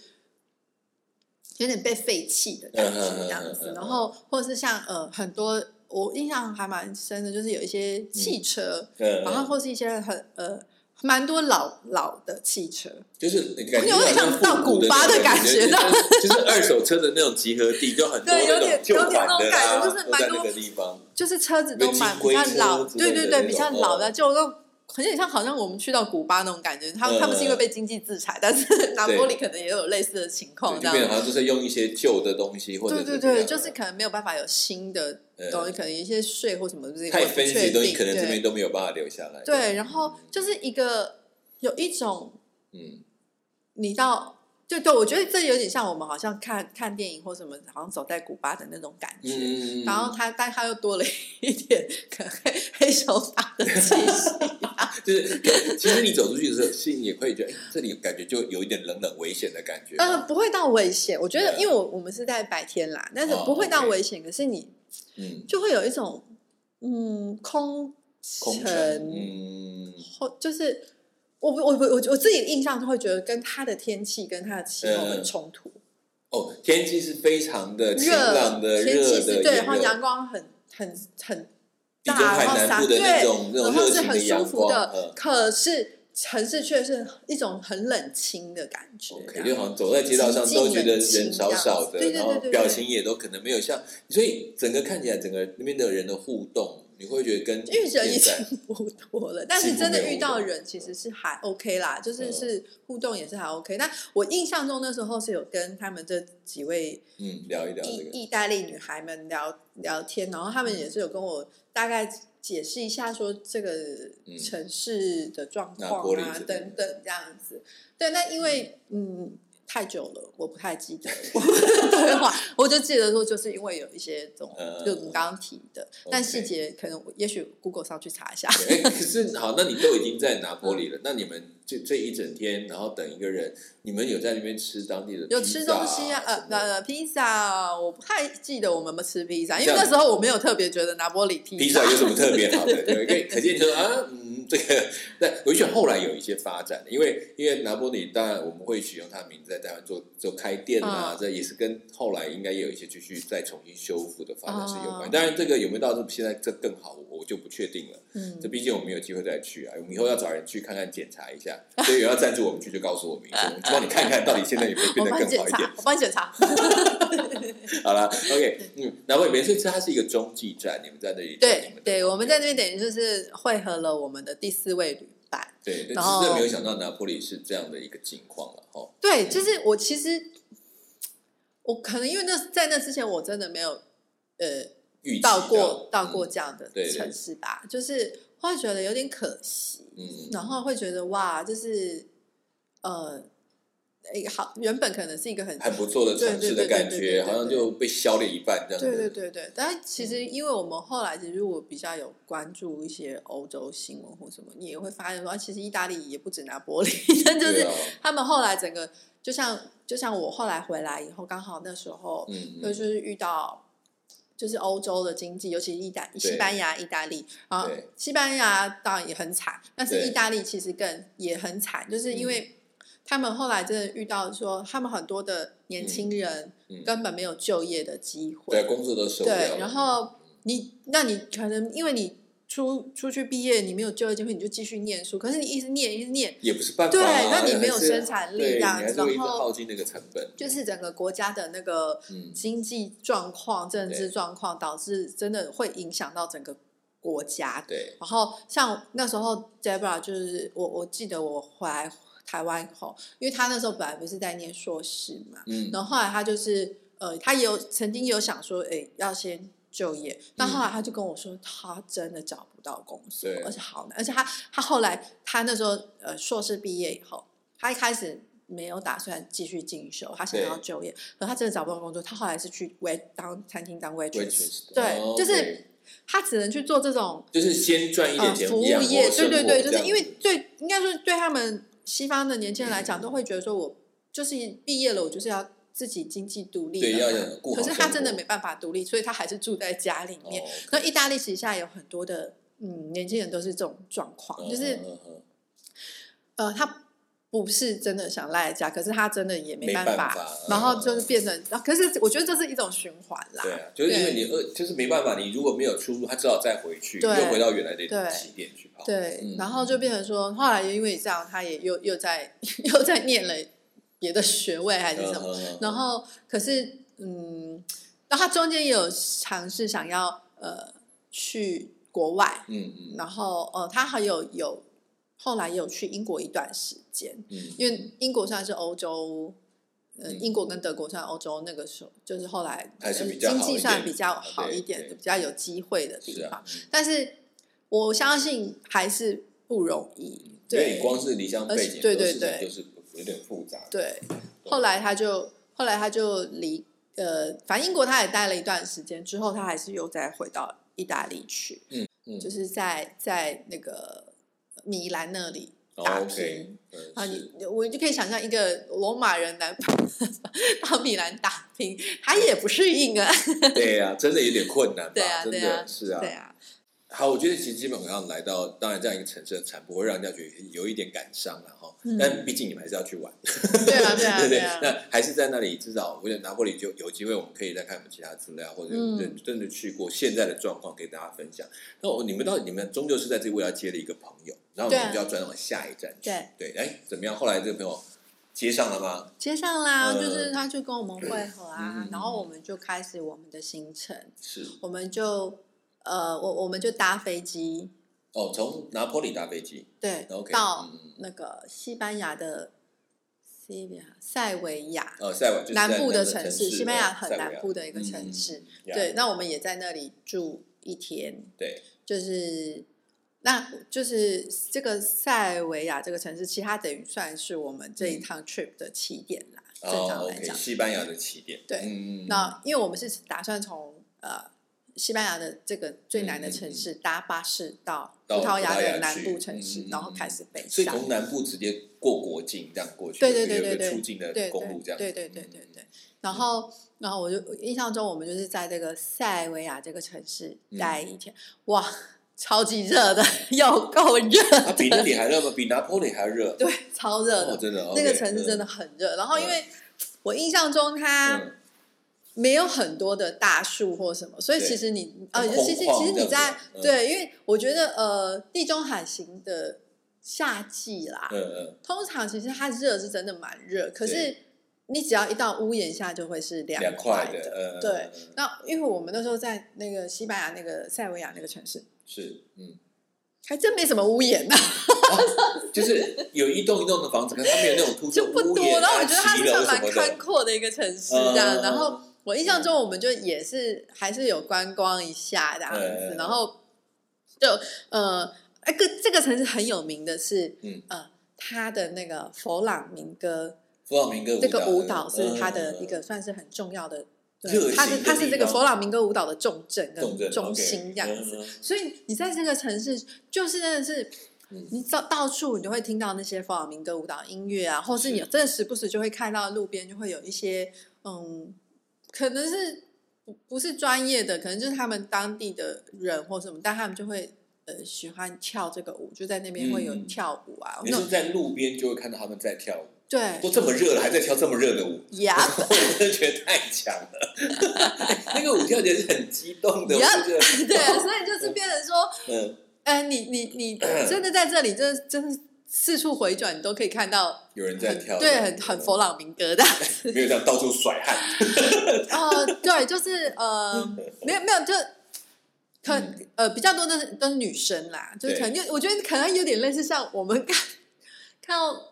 [SPEAKER 3] 有点被废弃的感
[SPEAKER 1] 嗯
[SPEAKER 3] 觉
[SPEAKER 1] 嗯嗯
[SPEAKER 3] 这样
[SPEAKER 1] 嗯
[SPEAKER 3] 子
[SPEAKER 1] 嗯，
[SPEAKER 3] 然后或者是像呃很多我印象还蛮深的，就是有一些汽车，
[SPEAKER 1] 嗯
[SPEAKER 3] 然后或是一些很呃。蛮多老老的汽车，
[SPEAKER 1] 就是你感觉
[SPEAKER 3] 我有点
[SPEAKER 1] 好像
[SPEAKER 3] 想到
[SPEAKER 1] 复古
[SPEAKER 3] 古巴
[SPEAKER 1] 那种
[SPEAKER 3] 的
[SPEAKER 1] 感
[SPEAKER 3] 感觉啊
[SPEAKER 1] 就是就是二手车的那种集合地，就很多
[SPEAKER 3] 对有
[SPEAKER 1] 那种
[SPEAKER 3] 点
[SPEAKER 1] 旧
[SPEAKER 3] 有点
[SPEAKER 1] 款的
[SPEAKER 3] 那
[SPEAKER 1] 啦，
[SPEAKER 3] 种感觉
[SPEAKER 1] 都
[SPEAKER 3] 就是
[SPEAKER 1] 在
[SPEAKER 3] 蛮
[SPEAKER 1] 那
[SPEAKER 3] 多
[SPEAKER 1] 个地方。
[SPEAKER 3] 就是车子都蛮
[SPEAKER 1] 有金
[SPEAKER 3] 比较
[SPEAKER 1] 龟车
[SPEAKER 3] 老，
[SPEAKER 1] 之类
[SPEAKER 3] 对
[SPEAKER 1] 的
[SPEAKER 3] 对
[SPEAKER 1] 那
[SPEAKER 3] 对，
[SPEAKER 1] 种
[SPEAKER 3] 比较老的，
[SPEAKER 1] 哦
[SPEAKER 3] 就那种很有点像好像我们去到古巴那种感觉。他们他们是因
[SPEAKER 1] 嗯
[SPEAKER 3] 为被经济制裁，但是拿玻里可能也有类似的情况，
[SPEAKER 1] 对，
[SPEAKER 3] 这
[SPEAKER 1] 就
[SPEAKER 3] 样
[SPEAKER 1] 变得好像就是用一些旧的东西，或者
[SPEAKER 3] 对对
[SPEAKER 1] 怎么
[SPEAKER 3] 对，
[SPEAKER 1] 样
[SPEAKER 3] 就是可能没有办法有新的东西，可能一些税或什么这些
[SPEAKER 1] 太
[SPEAKER 3] 我也不
[SPEAKER 1] 分析
[SPEAKER 3] 确
[SPEAKER 1] 的东西，
[SPEAKER 3] 定
[SPEAKER 1] 可能这
[SPEAKER 3] 对
[SPEAKER 1] 边都没有办法留下来。
[SPEAKER 3] 对，然后就是一个有一种
[SPEAKER 1] 嗯，
[SPEAKER 3] 你到对对，我觉得这有点像我们好像看看电影或什么，好像走在古巴的那种感觉。
[SPEAKER 1] 嗯，
[SPEAKER 3] 然后他，但他又多了一点可能黑黑手党的气息，
[SPEAKER 1] 就是 其实你走出去的时候，心里也会觉得，哎，这里感觉就有一点冷冷危险的感觉。
[SPEAKER 3] 呃，不会到危险。我觉得，
[SPEAKER 1] 嗯对
[SPEAKER 3] 因为我我们是在白天啦，但是
[SPEAKER 1] 哦
[SPEAKER 3] 不会到
[SPEAKER 1] ，OK
[SPEAKER 3] 危险。可是你
[SPEAKER 1] 嗯，
[SPEAKER 3] 就会有一种嗯空
[SPEAKER 1] 空城，嗯，
[SPEAKER 3] 后就是我我我我我自己印象就会觉得跟它的天气跟它的气候很冲突，
[SPEAKER 1] 哦，天嗯气是非常的晴朗的，
[SPEAKER 3] 天气
[SPEAKER 1] 热
[SPEAKER 3] 是
[SPEAKER 1] 的，
[SPEAKER 3] 对，
[SPEAKER 1] 炎
[SPEAKER 3] 然后
[SPEAKER 1] 热
[SPEAKER 3] 阳光很很很
[SPEAKER 1] 地
[SPEAKER 3] 大，
[SPEAKER 1] 中海
[SPEAKER 3] 然后
[SPEAKER 1] 南
[SPEAKER 3] 沙
[SPEAKER 1] 部的那种
[SPEAKER 3] 对，
[SPEAKER 1] 那种
[SPEAKER 3] 然后
[SPEAKER 1] 热
[SPEAKER 3] 是
[SPEAKER 1] 情
[SPEAKER 3] 很舒
[SPEAKER 1] 阳
[SPEAKER 3] 服
[SPEAKER 1] 光，
[SPEAKER 3] 的
[SPEAKER 1] 嗯，，
[SPEAKER 3] 可是城市却是一种很冷清的感觉。
[SPEAKER 1] OK，就好像走在街道上
[SPEAKER 3] 极
[SPEAKER 1] 都
[SPEAKER 3] 尽
[SPEAKER 1] 觉得
[SPEAKER 3] 人情
[SPEAKER 1] 人少
[SPEAKER 3] 这样
[SPEAKER 1] 少
[SPEAKER 3] 子
[SPEAKER 1] 的，
[SPEAKER 3] 对对
[SPEAKER 1] 然
[SPEAKER 3] 对
[SPEAKER 1] 后
[SPEAKER 3] 对
[SPEAKER 1] 表
[SPEAKER 3] 对
[SPEAKER 1] 情也都可能没有像，所以整个看起来整个那边的人的互动，你会觉得跟
[SPEAKER 3] 因为人已
[SPEAKER 1] 现在
[SPEAKER 3] 经 不多了，但是真的遇到人其实是还 OK 啦，
[SPEAKER 1] 嗯
[SPEAKER 3] 就是是互动也是还 OK。但我印象中那时候是有跟他们这几位
[SPEAKER 1] 嗯聊一聊
[SPEAKER 3] 意
[SPEAKER 1] 这个，嗯
[SPEAKER 3] 意大利女孩们聊聊天，然后她们也是有跟我大概解释一下说这个
[SPEAKER 1] 嗯
[SPEAKER 3] 城市的状
[SPEAKER 1] 那玻
[SPEAKER 3] 况
[SPEAKER 1] 璃
[SPEAKER 3] 啊
[SPEAKER 1] 之类的
[SPEAKER 3] 等等这样子。对，那因为嗯。太久了，我不太记得我 对话，我就记得说，就是因为有一些这种，
[SPEAKER 1] 嗯
[SPEAKER 3] 就你刚刚提的，但
[SPEAKER 1] OK
[SPEAKER 3] 细节可能我也许 Google 上去查 一下。
[SPEAKER 1] 哎，可是好，那你都已经在拿坡
[SPEAKER 3] 嗯
[SPEAKER 1] 里了，那你们这这一整天，然后等一个人，你们有在那边吃当地的
[SPEAKER 3] 有
[SPEAKER 1] 披
[SPEAKER 3] 吃
[SPEAKER 1] 萨
[SPEAKER 3] 东西啊，呃
[SPEAKER 1] 什么的
[SPEAKER 3] 呃，披萨，我不太记得我们有没有吃披萨，因
[SPEAKER 1] 这
[SPEAKER 3] 为
[SPEAKER 1] 样
[SPEAKER 3] 那时候我没有特别觉得拿玻里披
[SPEAKER 1] 披萨有什么特别好的？对，可可见就是啊，嗯，这个，但我觉得后来有一些发展，因为因为拿破里，当然我们会取用它的名字在台湾做做开店啊
[SPEAKER 3] 嗯，
[SPEAKER 1] 这也是跟后来应该也有一些继续再重新修复的发展是有关。
[SPEAKER 3] 哦
[SPEAKER 1] 当然，这个有没有到现在这更好，我我就不确定了。这
[SPEAKER 3] 嗯，
[SPEAKER 1] 毕竟我们没有机会再去啊，我们以后要找人去看看检查一下，所以有要赞助我们去就告诉我们一声，我们去帮你看看到底现在有没有
[SPEAKER 3] 我
[SPEAKER 1] 变得
[SPEAKER 3] 帮你
[SPEAKER 1] 更
[SPEAKER 3] 检
[SPEAKER 1] 好一点
[SPEAKER 3] 查。，我帮你检查。
[SPEAKER 1] 好了，OK，嗯，拿破里，所以这它是一个中继站，你们在那里找你
[SPEAKER 3] 对
[SPEAKER 1] 们的
[SPEAKER 3] 对，
[SPEAKER 1] 朋
[SPEAKER 3] 我们
[SPEAKER 1] 友
[SPEAKER 3] 在那边等于就是汇合了我们的第四位旅伴。
[SPEAKER 1] 对，但
[SPEAKER 3] 然
[SPEAKER 1] 是真的
[SPEAKER 3] 后
[SPEAKER 1] 没有想到拿破里是这样的一个境况了哈。
[SPEAKER 3] 对，就是我其实我可能因为那在那之前我真的没有呃
[SPEAKER 1] 预期
[SPEAKER 3] 到过到过
[SPEAKER 1] 嗯
[SPEAKER 3] 这样的
[SPEAKER 1] 对对
[SPEAKER 3] 城市吧，就是会觉得有点可惜。
[SPEAKER 1] 嗯，
[SPEAKER 3] 然后会觉得哇，就是呃，一个好，原本可能是一个很
[SPEAKER 1] 很不错的城市的感
[SPEAKER 3] 对
[SPEAKER 1] 觉，
[SPEAKER 3] 对对对对对
[SPEAKER 1] 好像就被削了一半这样子。
[SPEAKER 3] 对对对对，但其实
[SPEAKER 1] 嗯
[SPEAKER 3] 因为我们后来其实我比较有关注一些欧洲新闻或什么，你也会发现说，啊其实意大利也不止拿玻璃， 但就
[SPEAKER 1] 对
[SPEAKER 3] 是
[SPEAKER 1] 啊，
[SPEAKER 3] 他们后来整个，就像就像我后来回来以后，刚好那时候
[SPEAKER 1] 嗯，
[SPEAKER 3] 就
[SPEAKER 1] 嗯
[SPEAKER 3] 是遇到就是欧洲的经济，尤其是意大西班牙、意大利啊
[SPEAKER 1] 对，
[SPEAKER 3] 西班牙当然也很惨，但是
[SPEAKER 1] 对嗯
[SPEAKER 3] 意大利其实更也很惨，就是因为他们后来真的遇到说，他们很多的年轻人
[SPEAKER 1] 嗯
[SPEAKER 3] 根本没有就业的机
[SPEAKER 1] 对啊
[SPEAKER 3] 会，
[SPEAKER 1] 工作都受不了了。
[SPEAKER 3] 对，然后你那你可能因为你出出去毕业，你没有就业机会，你就继续念书，可是你一直念一直念。
[SPEAKER 1] 也不是办法
[SPEAKER 3] 对
[SPEAKER 1] 啊，
[SPEAKER 3] 那你没有
[SPEAKER 1] 还是
[SPEAKER 3] 生产力
[SPEAKER 1] 对
[SPEAKER 3] 这样
[SPEAKER 1] 你
[SPEAKER 3] 子
[SPEAKER 1] 还是会一直
[SPEAKER 3] 然后
[SPEAKER 1] 耗尽那个成本。
[SPEAKER 3] 就是整个国家的那个
[SPEAKER 1] 嗯
[SPEAKER 3] 经济状况、政
[SPEAKER 1] 对
[SPEAKER 3] 治状况，导致真的会影响到整个国家。
[SPEAKER 1] 对，
[SPEAKER 3] 然后像那时候 Debra，就是我我记得我回来台湾以后，因为他那时候本来不是在念硕士嘛，
[SPEAKER 1] 嗯，
[SPEAKER 3] 然后后来他就是呃，他也有曾经有想说，哎，要先就业，但后来他就跟我说，他真的找不到工作
[SPEAKER 1] 嗯对，
[SPEAKER 3] 而且好难，而且他他后来他那时候呃硕士毕业以后，他一开始。没有打算继续进修，他想要
[SPEAKER 1] 对
[SPEAKER 3] 就业，可他真的找不到工作。他后来是去 wait 当餐厅当 waitress，
[SPEAKER 1] Waitress，
[SPEAKER 3] 对，
[SPEAKER 1] 哦
[SPEAKER 3] 就是
[SPEAKER 1] 对
[SPEAKER 3] 他只能去做这种
[SPEAKER 1] 就是先赚一点
[SPEAKER 3] 呃，
[SPEAKER 1] 钱，
[SPEAKER 3] 服务
[SPEAKER 1] 养活
[SPEAKER 3] 业，对
[SPEAKER 1] 生
[SPEAKER 3] 对
[SPEAKER 1] 活
[SPEAKER 3] 对，
[SPEAKER 1] 这
[SPEAKER 3] 就是
[SPEAKER 1] 样
[SPEAKER 3] 因为
[SPEAKER 1] 子
[SPEAKER 3] 对，应该说对他们西方的年轻人来讲，都会觉得说我就是毕业了，我就是要自己经济独立
[SPEAKER 1] 对
[SPEAKER 3] 了
[SPEAKER 1] 要
[SPEAKER 3] 嘛
[SPEAKER 1] 有顾好
[SPEAKER 3] 可是他
[SPEAKER 1] 生
[SPEAKER 3] 真的
[SPEAKER 1] 活
[SPEAKER 3] 没办法独立，所以他还是住在家里面。
[SPEAKER 1] 哦
[SPEAKER 3] 那意大利旗下有很多的嗯年轻人都是这种状况，就是
[SPEAKER 1] 嗯嗯嗯
[SPEAKER 3] 呃他。不是真的想赖在家，可是他真的也
[SPEAKER 1] 没
[SPEAKER 3] 办
[SPEAKER 1] 办
[SPEAKER 3] 法，
[SPEAKER 1] 法
[SPEAKER 3] 然后
[SPEAKER 1] 嗯
[SPEAKER 3] 就是变成，啊可是我觉得这是一种循环啦。
[SPEAKER 1] 对啊，就是因为
[SPEAKER 3] 对
[SPEAKER 1] 你饿，就是没办法，你如果没有出入，他只好再回去，又
[SPEAKER 3] 对
[SPEAKER 1] 回到原来的
[SPEAKER 3] 对
[SPEAKER 1] 起点去跑。
[SPEAKER 3] 对，
[SPEAKER 1] 嗯
[SPEAKER 3] 然后就变成说，后来因为这样，他也又又在 又在念了别的学位还是什么，
[SPEAKER 1] 嗯嗯嗯
[SPEAKER 3] 然后可是嗯，然后他中间也有尝试想要呃去国外，
[SPEAKER 1] 嗯嗯
[SPEAKER 3] 然后呃他还有有后来也有去英国一段时间，
[SPEAKER 1] 嗯，
[SPEAKER 3] 因为英国算是欧洲。呃，
[SPEAKER 1] 嗯
[SPEAKER 3] 英国跟德国算欧洲那个时候，就是后来
[SPEAKER 1] 还是
[SPEAKER 3] 呃
[SPEAKER 1] 比较
[SPEAKER 3] 经
[SPEAKER 1] 好一
[SPEAKER 3] 济算
[SPEAKER 1] 点
[SPEAKER 3] 比较好
[SPEAKER 1] 对
[SPEAKER 3] 一点
[SPEAKER 1] 对
[SPEAKER 3] 的，比较有机会的地
[SPEAKER 1] 是
[SPEAKER 3] 方
[SPEAKER 1] 啊。，
[SPEAKER 3] 但是我相信还是不容易。
[SPEAKER 1] 因为
[SPEAKER 3] 对，
[SPEAKER 1] 你光是离乡
[SPEAKER 3] 而
[SPEAKER 1] 背
[SPEAKER 3] 且
[SPEAKER 1] 景，
[SPEAKER 3] 对
[SPEAKER 1] 很多
[SPEAKER 3] 对
[SPEAKER 1] 事情
[SPEAKER 3] 对
[SPEAKER 1] 就是有点复杂。
[SPEAKER 3] 对，后来他就后来他就离呃，反正英国他也待了一段时间，之后他还是又再回到意大利去，
[SPEAKER 1] 嗯嗯
[SPEAKER 3] 就是在在那个米兰那里。
[SPEAKER 1] 哦
[SPEAKER 3] 打
[SPEAKER 1] ，OK，
[SPEAKER 3] 拼
[SPEAKER 1] 嗯
[SPEAKER 3] 啊，
[SPEAKER 1] 是
[SPEAKER 3] 你我就可以想象一个罗马人来 到米兰打拼，他也不适应啊，
[SPEAKER 1] 对呀，真的有点困难吧？
[SPEAKER 3] 对啊
[SPEAKER 1] 真
[SPEAKER 3] 对啊
[SPEAKER 1] 的是啊
[SPEAKER 3] 对。啊，
[SPEAKER 1] 好，我觉得其实基本上来到，当然这样一个城市的传播，会让人家觉得有一点感伤了哈
[SPEAKER 3] 嗯。
[SPEAKER 1] 但毕竟你们还是要去玩，
[SPEAKER 3] 对啊，对 啊，
[SPEAKER 1] 对不对
[SPEAKER 3] 对啊？，
[SPEAKER 1] 那还是在那里，至少我觉得拿破里就有机会，我们可以再看我们其他资料，或者
[SPEAKER 3] 嗯
[SPEAKER 1] 真真的去过现在的状况给大家分享。那我你们到底你们终究是在这未来接了一个朋友，然后你
[SPEAKER 3] 对啊
[SPEAKER 1] 们就要转往下一站去
[SPEAKER 3] 对。
[SPEAKER 1] 对，哎，怎么样？后来这个朋友接上了吗？
[SPEAKER 3] 接上啦，
[SPEAKER 1] 嗯
[SPEAKER 3] 就是他就跟我们会合啊
[SPEAKER 1] 嗯，
[SPEAKER 3] 然后我们就开始我们的行程，
[SPEAKER 1] 是
[SPEAKER 3] 我们就呃，我我们就搭飞机，
[SPEAKER 1] 哦，从拿破里搭飞机
[SPEAKER 3] 对
[SPEAKER 1] ，OK，
[SPEAKER 3] 到
[SPEAKER 1] 嗯嗯
[SPEAKER 3] 那个西班牙的西班牙塞维亚
[SPEAKER 1] 呃，塞瓦就是在
[SPEAKER 3] 南部的
[SPEAKER 1] 城
[SPEAKER 3] 市，西班牙很
[SPEAKER 1] 塞维
[SPEAKER 3] 南部的一个
[SPEAKER 1] 嗯
[SPEAKER 3] 城市
[SPEAKER 1] 嗯，嗯
[SPEAKER 3] 对，那我们也在那里住一天，
[SPEAKER 1] 对，
[SPEAKER 3] 就是那就是这个塞维亚这个城市，其实它等于算是我们这一趟 trip 的起点啦，正
[SPEAKER 1] 嗯
[SPEAKER 3] 常
[SPEAKER 1] 哦
[SPEAKER 3] 来
[SPEAKER 1] ，OK，
[SPEAKER 3] 讲。
[SPEAKER 1] 西班牙的起点，
[SPEAKER 3] 对
[SPEAKER 1] 嗯，嗯嗯
[SPEAKER 3] 那因为我们是打算从呃西班牙的这个最南的
[SPEAKER 1] 嗯
[SPEAKER 3] 城市搭巴士到葡
[SPEAKER 1] 到
[SPEAKER 3] 萄
[SPEAKER 1] 葡萄
[SPEAKER 3] 的
[SPEAKER 1] 牙
[SPEAKER 3] 南
[SPEAKER 1] 去
[SPEAKER 3] 部城市
[SPEAKER 1] 嗯嗯，
[SPEAKER 3] 然后
[SPEAKER 1] 嗯
[SPEAKER 3] 开始北
[SPEAKER 1] 所以
[SPEAKER 3] 上。
[SPEAKER 1] 从南部直接过国境这样过去，
[SPEAKER 3] 对对
[SPEAKER 1] 有一
[SPEAKER 3] 对
[SPEAKER 1] 个
[SPEAKER 3] 对对
[SPEAKER 1] 出境的
[SPEAKER 3] 对
[SPEAKER 1] 公路这样子，
[SPEAKER 3] 对对对
[SPEAKER 1] 嗯
[SPEAKER 3] 对对。然后，然后我就印象中，我们就是在这个塞维亚这个城市
[SPEAKER 1] 嗯
[SPEAKER 3] 待一天，哇， 超级热的， 又 够热的，
[SPEAKER 1] 啊它比那里还热吗？比拿坡里还热？
[SPEAKER 3] 对，超热的
[SPEAKER 1] 哦，，真的，
[SPEAKER 3] 那个
[SPEAKER 1] OK，
[SPEAKER 3] 城市真的
[SPEAKER 1] 嗯
[SPEAKER 3] 很热。然后，因为我印象中它
[SPEAKER 1] 嗯
[SPEAKER 3] 没有很多的大树或什么，所以
[SPEAKER 1] 对
[SPEAKER 3] 其实你呃，
[SPEAKER 1] 空
[SPEAKER 3] 其实
[SPEAKER 1] 旷
[SPEAKER 3] 其实你
[SPEAKER 1] 这样
[SPEAKER 3] 在
[SPEAKER 1] 子嗯
[SPEAKER 3] 对，因为我觉得呃，地中海型的夏季啦，
[SPEAKER 1] 嗯嗯，
[SPEAKER 3] 通常其实它热是真的蛮热，可是
[SPEAKER 1] 对
[SPEAKER 3] 你只要一到屋檐下就会是凉
[SPEAKER 1] 两
[SPEAKER 3] 快
[SPEAKER 1] 块的，嗯，
[SPEAKER 3] 对
[SPEAKER 1] 嗯，嗯嗯
[SPEAKER 3] 那因为我们那时候在那个西班牙那个塞维亚那个城市，
[SPEAKER 1] 是，嗯，
[SPEAKER 3] 还真没什么屋檐呐、
[SPEAKER 1] 就是有一栋一栋的房子，可是它没有那种突出
[SPEAKER 3] 就
[SPEAKER 1] 的
[SPEAKER 3] 不
[SPEAKER 1] 屋
[SPEAKER 3] 多。
[SPEAKER 1] 檐
[SPEAKER 3] 然后
[SPEAKER 1] 啊、
[SPEAKER 3] 我觉得它
[SPEAKER 1] 骑
[SPEAKER 3] 是
[SPEAKER 1] 楼
[SPEAKER 3] 算
[SPEAKER 1] 什
[SPEAKER 3] 蛮
[SPEAKER 1] 么
[SPEAKER 3] 宽
[SPEAKER 1] 的，
[SPEAKER 3] 阔的一个城市这样。
[SPEAKER 1] 嗯
[SPEAKER 3] 然后我印象中，我们就也是还是有观光一下这样子
[SPEAKER 1] 嗯，
[SPEAKER 3] 然后就呃，哎，个这个城市很有名的是，
[SPEAKER 1] 嗯
[SPEAKER 3] 呃，它的那个佛朗明哥
[SPEAKER 1] 弗朗明哥
[SPEAKER 3] 这个舞
[SPEAKER 1] 舞蹈
[SPEAKER 3] 蹈是它的一个
[SPEAKER 1] 嗯
[SPEAKER 3] 算是很重要的，
[SPEAKER 1] 热
[SPEAKER 3] 对，
[SPEAKER 1] 情
[SPEAKER 3] 它是
[SPEAKER 1] 的
[SPEAKER 3] 它是
[SPEAKER 1] 地
[SPEAKER 3] 这个
[SPEAKER 1] 方
[SPEAKER 3] 佛朗明哥舞蹈的重镇
[SPEAKER 1] 重镇
[SPEAKER 3] 跟中心这样子。，
[SPEAKER 1] OK，嗯嗯
[SPEAKER 3] 所以你在这个城市，就是真的是
[SPEAKER 1] 嗯，
[SPEAKER 3] 你到到处你都会听到那些弗朗明哥舞蹈音乐啊，或是你
[SPEAKER 1] 是
[SPEAKER 3] 真的时不时就会看到路边就会有一些，嗯，可能是不不是专业的，可能就是他们当地的人或什么，但他们就会呃喜欢跳这个舞，就在那边会有
[SPEAKER 1] 嗯
[SPEAKER 3] 跳舞啊，
[SPEAKER 1] 嗯你
[SPEAKER 3] 那
[SPEAKER 1] 是
[SPEAKER 3] 种
[SPEAKER 1] 在路边就会看到他们在跳舞，
[SPEAKER 3] 对
[SPEAKER 1] 都这么热了，还在跳这么热的舞，
[SPEAKER 3] 呀，
[SPEAKER 1] 我真的觉得太强了。 那个舞跳起来是很激动的，我
[SPEAKER 3] Yup
[SPEAKER 1] 就觉
[SPEAKER 3] 对，所以就是变成说，
[SPEAKER 1] 得，嗯，
[SPEAKER 3] 哎，你你你真的在这里，真的真的四处回转，你都可以看到
[SPEAKER 1] 有人在
[SPEAKER 3] 很
[SPEAKER 1] 跳，
[SPEAKER 3] 对，很很佛朗明哥的。
[SPEAKER 1] 没有这样到处甩汗，
[SPEAKER 3] 呃，对，就是呃，没有没有，就可
[SPEAKER 1] 嗯
[SPEAKER 3] 呃比较多的是都是女生啦，就是可
[SPEAKER 1] 对
[SPEAKER 3] 能就我觉得可能有点类似像我们看看到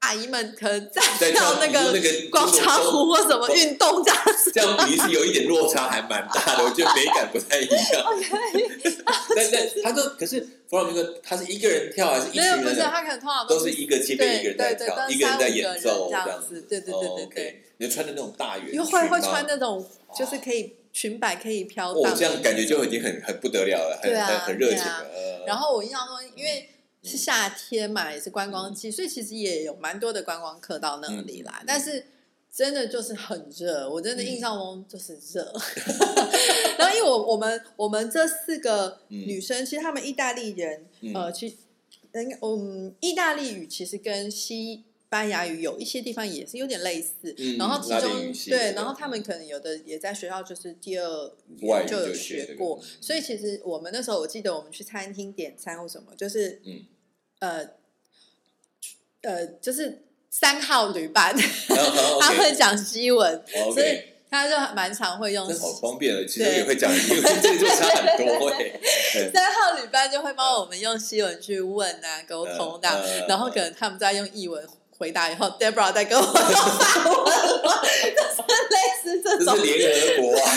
[SPEAKER 3] 阿姨们可能在
[SPEAKER 1] 在
[SPEAKER 3] 跳
[SPEAKER 1] 跳
[SPEAKER 3] 那
[SPEAKER 1] 你说那
[SPEAKER 3] 个
[SPEAKER 1] 个
[SPEAKER 3] 广场舞或什么运动这样 子，
[SPEAKER 1] 这种，这样比是有一点落差还蛮大的，我觉得美感不太一 样。但但他说，可是弗朗明哥他是一个人跳还是一群
[SPEAKER 3] 没有不
[SPEAKER 1] 人
[SPEAKER 3] 是，
[SPEAKER 1] 呢？
[SPEAKER 3] 他可能通常
[SPEAKER 1] 都
[SPEAKER 3] 是
[SPEAKER 1] 是一个接
[SPEAKER 3] 对
[SPEAKER 1] 边一个
[SPEAKER 3] 对
[SPEAKER 1] 人在
[SPEAKER 3] 对，
[SPEAKER 1] 跳，
[SPEAKER 3] 跟
[SPEAKER 1] 一个人
[SPEAKER 3] 三
[SPEAKER 1] 在
[SPEAKER 3] 五个
[SPEAKER 1] 演
[SPEAKER 3] 人
[SPEAKER 1] 奏
[SPEAKER 3] 这样
[SPEAKER 1] 子。
[SPEAKER 3] 对对
[SPEAKER 1] 哦
[SPEAKER 3] 对对对，
[SPEAKER 1] ，OK，你就穿的那种大圆裙
[SPEAKER 3] 因
[SPEAKER 1] 吗，
[SPEAKER 3] 为会会穿那种就是可以裙摆可以飘荡
[SPEAKER 1] 哦，，这样感觉就已经很很不得了了，很
[SPEAKER 3] 对啊
[SPEAKER 1] 很很热
[SPEAKER 3] 对
[SPEAKER 1] 情
[SPEAKER 3] 啊
[SPEAKER 1] 了。呃
[SPEAKER 3] 然后我印象中，因为是夏天嘛，也是观光季，所以其实也有蛮多的观光客到那里啦。
[SPEAKER 1] 嗯
[SPEAKER 3] 但是真的就是很热，我真的印象中就是热。
[SPEAKER 1] 嗯
[SPEAKER 3] 然后因为我我们我们这四个女生，其实她们意大利人，
[SPEAKER 1] 嗯
[SPEAKER 3] 呃，其实应该嗯，意大利语其实跟西。班牙语有一些地方也是有点类似，
[SPEAKER 1] 嗯
[SPEAKER 3] 然后其
[SPEAKER 1] 拉丁
[SPEAKER 3] 中
[SPEAKER 1] 语系
[SPEAKER 3] 对，
[SPEAKER 1] 的
[SPEAKER 3] 然后他们可能有的也在学校就是第二语
[SPEAKER 1] 外
[SPEAKER 3] 言
[SPEAKER 1] 语
[SPEAKER 3] 就有
[SPEAKER 1] 就学
[SPEAKER 3] 学
[SPEAKER 1] 这个
[SPEAKER 3] 过
[SPEAKER 1] 嗯，
[SPEAKER 3] 所以其实我们那时候，我记得我们去餐厅点餐或什么，就是
[SPEAKER 1] 嗯
[SPEAKER 3] 呃呃，就是三号旅伴，
[SPEAKER 1] 然后
[SPEAKER 3] 他会讲西文，
[SPEAKER 1] 哦 OK，
[SPEAKER 3] 所以他就蛮常会用
[SPEAKER 1] 真好方便了，其实也会讲英文，这就差很多哎。对
[SPEAKER 3] 三号旅伴就会帮我们用西文去问啊、沟通的、
[SPEAKER 1] 嗯嗯
[SPEAKER 3] 然后可能他们再用译文回答， 以后 Debra 再跟 我用法文，就是类似这
[SPEAKER 1] 这
[SPEAKER 3] 种
[SPEAKER 1] 是。联合国啊！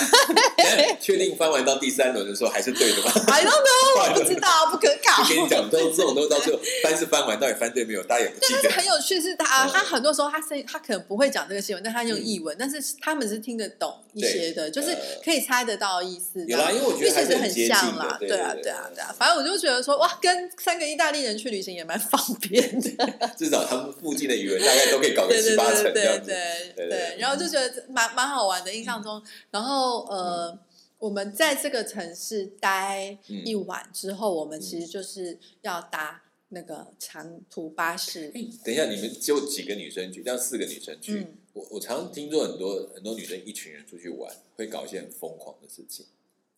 [SPEAKER 1] 确定翻完到第三轮的时候还是对的吗？
[SPEAKER 3] I don't know，我不知道，不可考。
[SPEAKER 1] 我跟你讲，都这种都到最后翻是翻完，到底翻对没有，大家也不记
[SPEAKER 3] 但是
[SPEAKER 1] 得。
[SPEAKER 3] 很有趣是他，
[SPEAKER 1] 嗯
[SPEAKER 3] 他很多时候他是他可能不会讲这个新闻，但他用译文，但是他们是听得懂一些的，就是可以猜得到意思的。
[SPEAKER 1] 呃有啦，因为我
[SPEAKER 3] 因
[SPEAKER 1] 觉
[SPEAKER 3] 为
[SPEAKER 1] 得还
[SPEAKER 3] 其
[SPEAKER 1] 是
[SPEAKER 3] 实很
[SPEAKER 1] 接近
[SPEAKER 3] 像
[SPEAKER 1] 的
[SPEAKER 3] 啦，，
[SPEAKER 1] 对
[SPEAKER 3] 啊，
[SPEAKER 1] 对
[SPEAKER 3] 对啊，对啊。反正我就觉得说，哇，跟三个意大利人去旅行也 蛮方便的，
[SPEAKER 1] 至少他们附近的语文大概都可以搞个
[SPEAKER 3] 对
[SPEAKER 1] 七
[SPEAKER 3] 对
[SPEAKER 1] 八成
[SPEAKER 3] 对
[SPEAKER 1] 这
[SPEAKER 3] 对
[SPEAKER 1] 样子。
[SPEAKER 3] 对
[SPEAKER 1] 对对嗯
[SPEAKER 3] 对。然后就觉得蛮蛮好玩的，印象中。然后呃，我们在这个城市待
[SPEAKER 1] 嗯
[SPEAKER 3] 一晚之后，我们其实就是要搭那个长途巴士。
[SPEAKER 1] 哎，等一下，你们就几个女生去，让四个女生去。
[SPEAKER 3] 嗯
[SPEAKER 1] 我我常听说很多很多女生一群人出去玩，会搞一些很疯狂的事情，